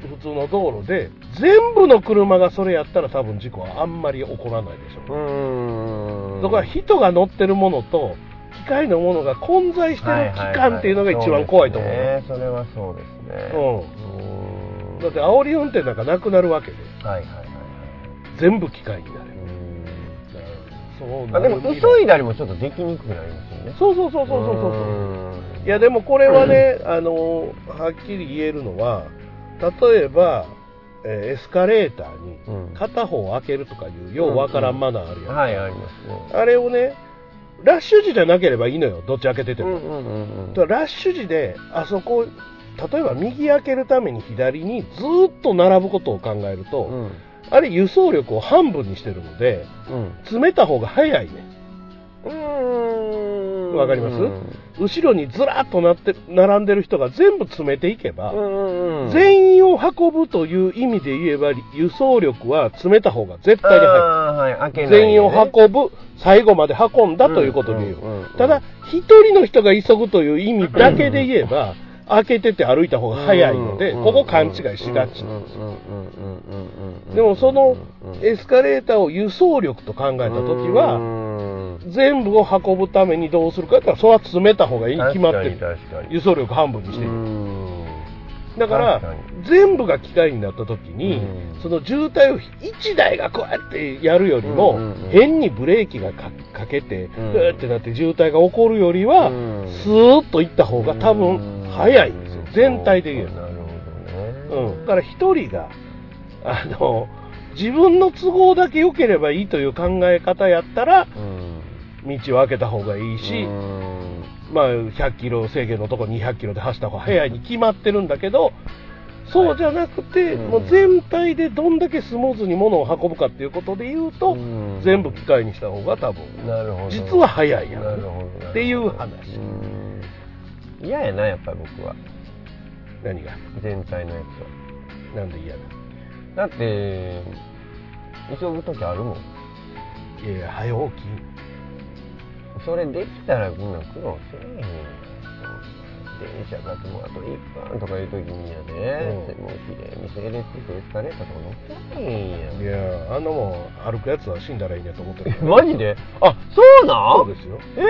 普通の道路で、全部の車がそれやったら、多分事故はあんまり起こらないでしょう。うんだから人が乗ってるものと、機械のものが混在してる期間っていうのが一番怖いと思う。はははそうですねそれはそうですねうん、だって、煽り運転なんかなくなるわけで、うんはいはいはいはい全部機械になる。うんそうなあでるも急いだりもちょっとできにくくなりますよねそうそうそうそうそうそうそう。ういやでもこれはね、あのはっきり言えるのは例えば、えーエスカレーターにうん片方開けるとかいうようわからんマナーあるやん、はいありますねあれをねラッシュ時じゃなければいいのよどっち開けてても、うんうんうんだからラッシュ時であそこ例えば右開けるために左にずーっと並ぶことを考えると、うんあれ輸送力を半分にしてるのでうん詰めた方が早いねうんわかりますうん後ろにずらっとなって並んでる人が全部詰めていけば、うんうん全員を運ぶという意味で言えば輸送力は詰めた方が絶対に入あーはい開けなるい全員を運ぶ最後まで運んだということで言う,、うんうんうんただ一人の人が急ぐという意味だけで言えば、開けてて歩いた方が早いので、ここ勘違いしがち、でもそのエスカレーターを輸送力と考えた時は、は全部を運ぶためにどうするかって言ったらそれは詰めた方がいいに決まってる確かに輸送力半分にしているだから確か全部が機械になった時に、うんその渋滞を1台がこうやってやるよりも、うんうんうん変にブレーキがかかけて、ううんーってなって渋滞が起こるよりは、うんスーッと行った方が多分早いんですよ、全体で言えなば、るほどうねん、だから1人があの自分の都合だけ良ければいいという考え方やったらうん道を開けた方がいいし、うんまあ、100キロ制限のとこ200キロで走った方が早いに決まってるんだけど、そうじゃなくて、いもう全体でどんだけスムーズに物を運ぶかっていうことで言うと、うん全部機械にした方が多分、なるほど実は早いやんなるほどっていう話うん嫌やなやっぱり僕は何が、全体のやつはなんで嫌だ。だって急ぐ時あるもんいやいや、早起き。それできたらみんな苦労せえへんよ電車がもうあと1分とかいう時にやで、うもう綺麗に整列してエスカレーターとか乗ってないんやいや、あんなもん、歩くやつは死んだらいいねと思ってるえ。 マジであそうなそんうですよ。え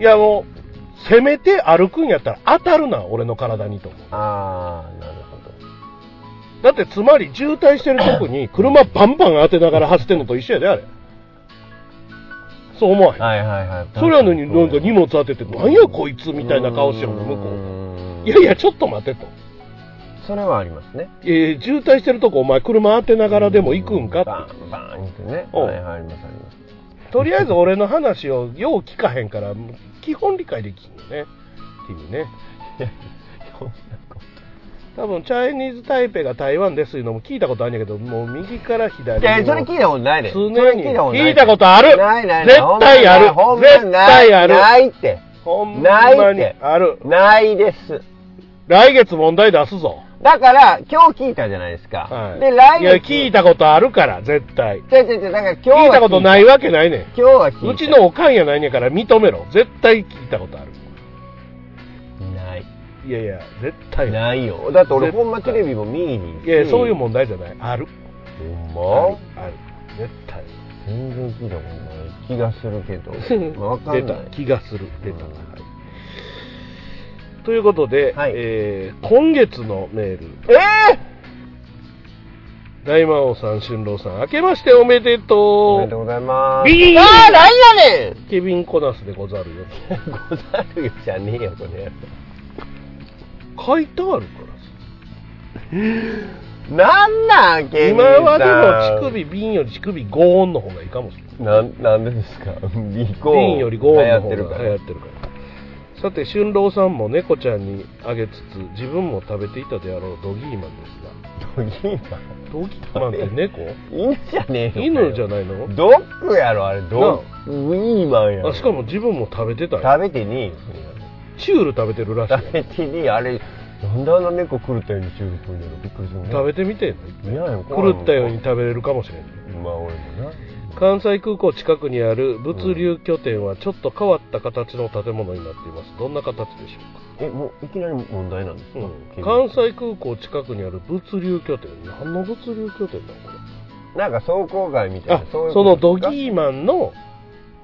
えいや、もう、せめて歩くんやったら当たるな、俺の体にと思う。ああなるほどだって、つまり渋滞してるとこに車バンバン当てながら走ってんのと一緒やで、あれ。そう思わへん。はいはいはいそれやのになんか荷物当てて、なんやこいつみたいな顔してるの、向こうが。いやいや、ちょっと待てと。それはありますねえー渋滞してるとこ、お前車当てながらでも行くんかバって。ンバンってねおうはいはいありますありますとりあえず俺の話をよう聞かへんから、基本理解できんよね。君 ね。多分、チャイニーズ・タイペイが台湾ですいうのも聞いたことあるんやけど、もう右から左いやそれ聞いたことないで常にそれ聞いたことない聞いたことあるないないない絶対あるほんまない絶対あるないってほんまないっにてある。ないです来月問題出すぞ。だから、今日聞いたじゃないですか。はい。で、来月。いや、聞いたことあるから、絶対。違う違う違う、だから今日は。聞いたことないいわけないね今日は聞いん。た。うちのおかんやないねんから認めろ。絶対聞いたことある。ない。いやいや、絶対い。ないよ。だって俺絶対ほんまテレビも見えに。いやいや、そういう問題じゃない。ある。ほあんるま。ある。絶対。全然聞いたことない気がする けど。まあわかん出なたい。気がする出た、うんはいということで、はいえー今月のメールえ大魔王さん新郎さん明けましておめでおとめでとううございます。ビーンあーなんやねんケビン・コナスでござるよござるよじゃねえよ、これ。書いてあるからさなんなん、ケニ今ーさん。はでも乳首瓶より乳首5音の方がいいかもしれないなん、なんでですか 離婚。瓶より5音流行のってる方かがら流行。ってるからさて俊郎さんも猫ちゃんにあげつつ自分も食べていたであろうドギーマンですが ドギーマンって猫犬じゃねえよ。犬じゃないのドッグやろ、あれ。ドッグ。ウィーマンやろ。あしかも自分も食べてたよ食べてねえよ、そんなのチュール食べてるらしいよ食べてねえよあれ、なんであんな猫狂ったように中毒になるのびっくりするね。食べてみていやいや怖狂いったように食べれるかもしれないまあ、俺もな。関西空港近くにある物流拠点はちょっと変わった形の建物になっていますどんな形でしょえ、もういきなり問題なんですか、うか、うケニん、ー関西空港近くにある物流拠点何の物流拠点だこなんか走行街みれたいあな。そういうこのとドですかギーマンの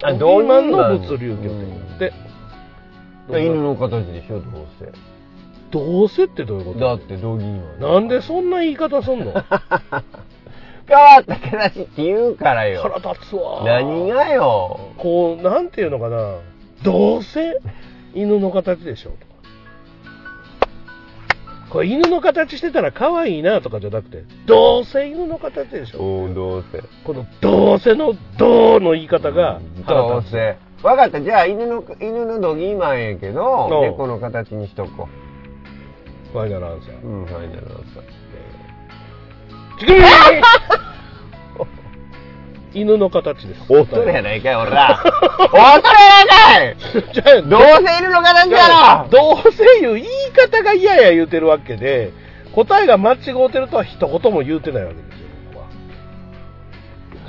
あドギーマンのドギーマン物流拠点で、犬の形でしょ、どうせ。どうせってどういうことだってドギーマンなんでそんな言い方すん の腹変わった話って言うからよ立つわ何がよこうなんていうのかなどうせ犬の形でしょとかこれ犬の形してたら可愛いなとかじゃなくてどうせ犬の形でしょうんどうせこの「どうせ」の「どう」の言い方がど腹う立つせわかったじゃあ犬の犬のドギーマンやけどうん猫の形にしとこファイナルアンサうーうんはいなるほどチ キン犬の形ですおっとるやないかい俺 らおっとるやないかい じゃあどうせ犬の形やろどうせいう言い方が嫌や言うてるわけで答えが間違うてるとは一言も言うてないわけですよ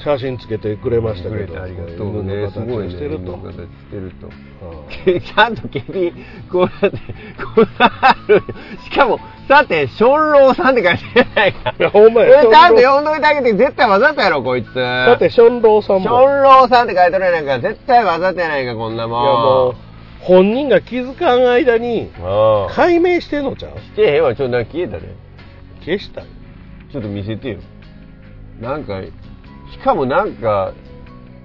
僕は写真つけてくれましたくけれどてありがとう犬ねのすごい形ねしてる犬との形してるとうんちゃんとケビこうやってこうなるしかもさて「春郎さん」って書いてないかいやほんまえやちゃんと呼んどいてあげて絶対わざとやろこいつだだってションローさんシもいやョンローさんって書いてるやないか絶対わざとやないかこんなももう本人が気づかん間にんもう解明してんのちゃうしてへんわちょっとなんか消えたで消したよちょっと見せてよなんかしかもなんか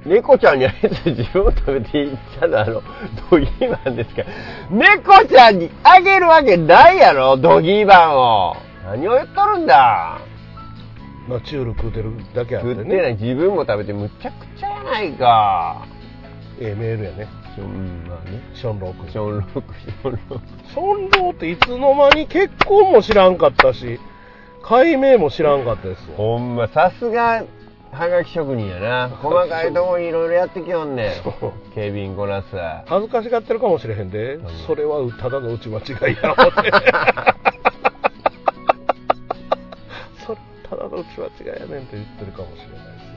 猫ちゃんにあげて自分を食べていっちゃうのあのドギーマンですか猫ちゃんにあげるわけないやろドギーマンを何を言っとるんだまあチュール食うてるだけあって食ってなねい自分も食べてむちゃくちゃやないかええメールやねうんまあねションロー君ションロック、ションロック。ションローっていつの間に結婚も知らんかったし解明も知らんかったですわほんま、さすが、はがき職人やな。細かいとこにいろいろやってきよんね。そうん警備員こなす。恥ずかしがってるかもしれへんで、それはただの打ち間違いやろって それただの打ち間違いやねんって言ってるかもしれないですよ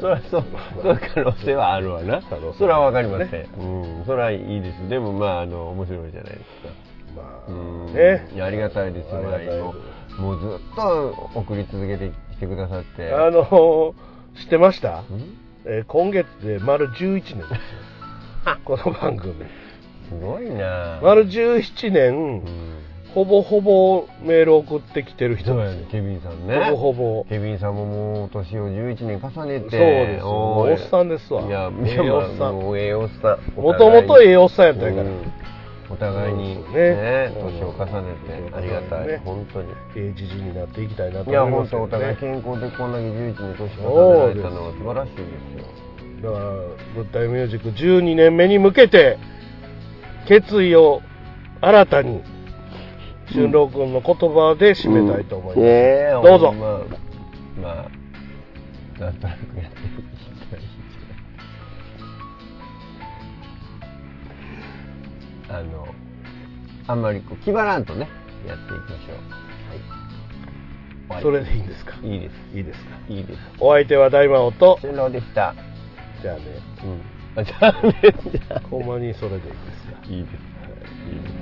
そらそう、そう可能性はあるわな可能性はありますね。そらわかりません。うん、そらいいです。でもまあ、あの、面白いじゃないですか。まうあん。ねいやありがたいですありよ、がたいですもうもうずっと送り続けてきてくださって。あの知ってましたん、えー今月で丸11年です よこの番組すごいな丸17年うん。ほぼほぼメール送ってきてる人そうでやすねよ、警備員さんね。ほぼほぼケビンさんももう年を11年重ねてそうですよもうおっさんですわいやええおっさんもうええおっさんもともとええおっさんやったんやから、うんお互いにそうですよねね年を重ねてありがたねい本当にええじじいになっていきたいなといや思いま本すけ当どお互いね健康でこんだけ11年年重ねられたのは素晴らしいですよだから「物体ミュージック」12年目に向けて決意を新たに俊郎君の言葉で締めたいと思います、ええどうぞほんままあなんとなくやっていきたいあのあんまりこう気張らんとねやっていきましょうはいそれでいいんですかいいですいいですかいいですお相手は大魔王と終了でしたじゃあねうんあじゃあねじゃあほんまにそれでいいですかいいですいいです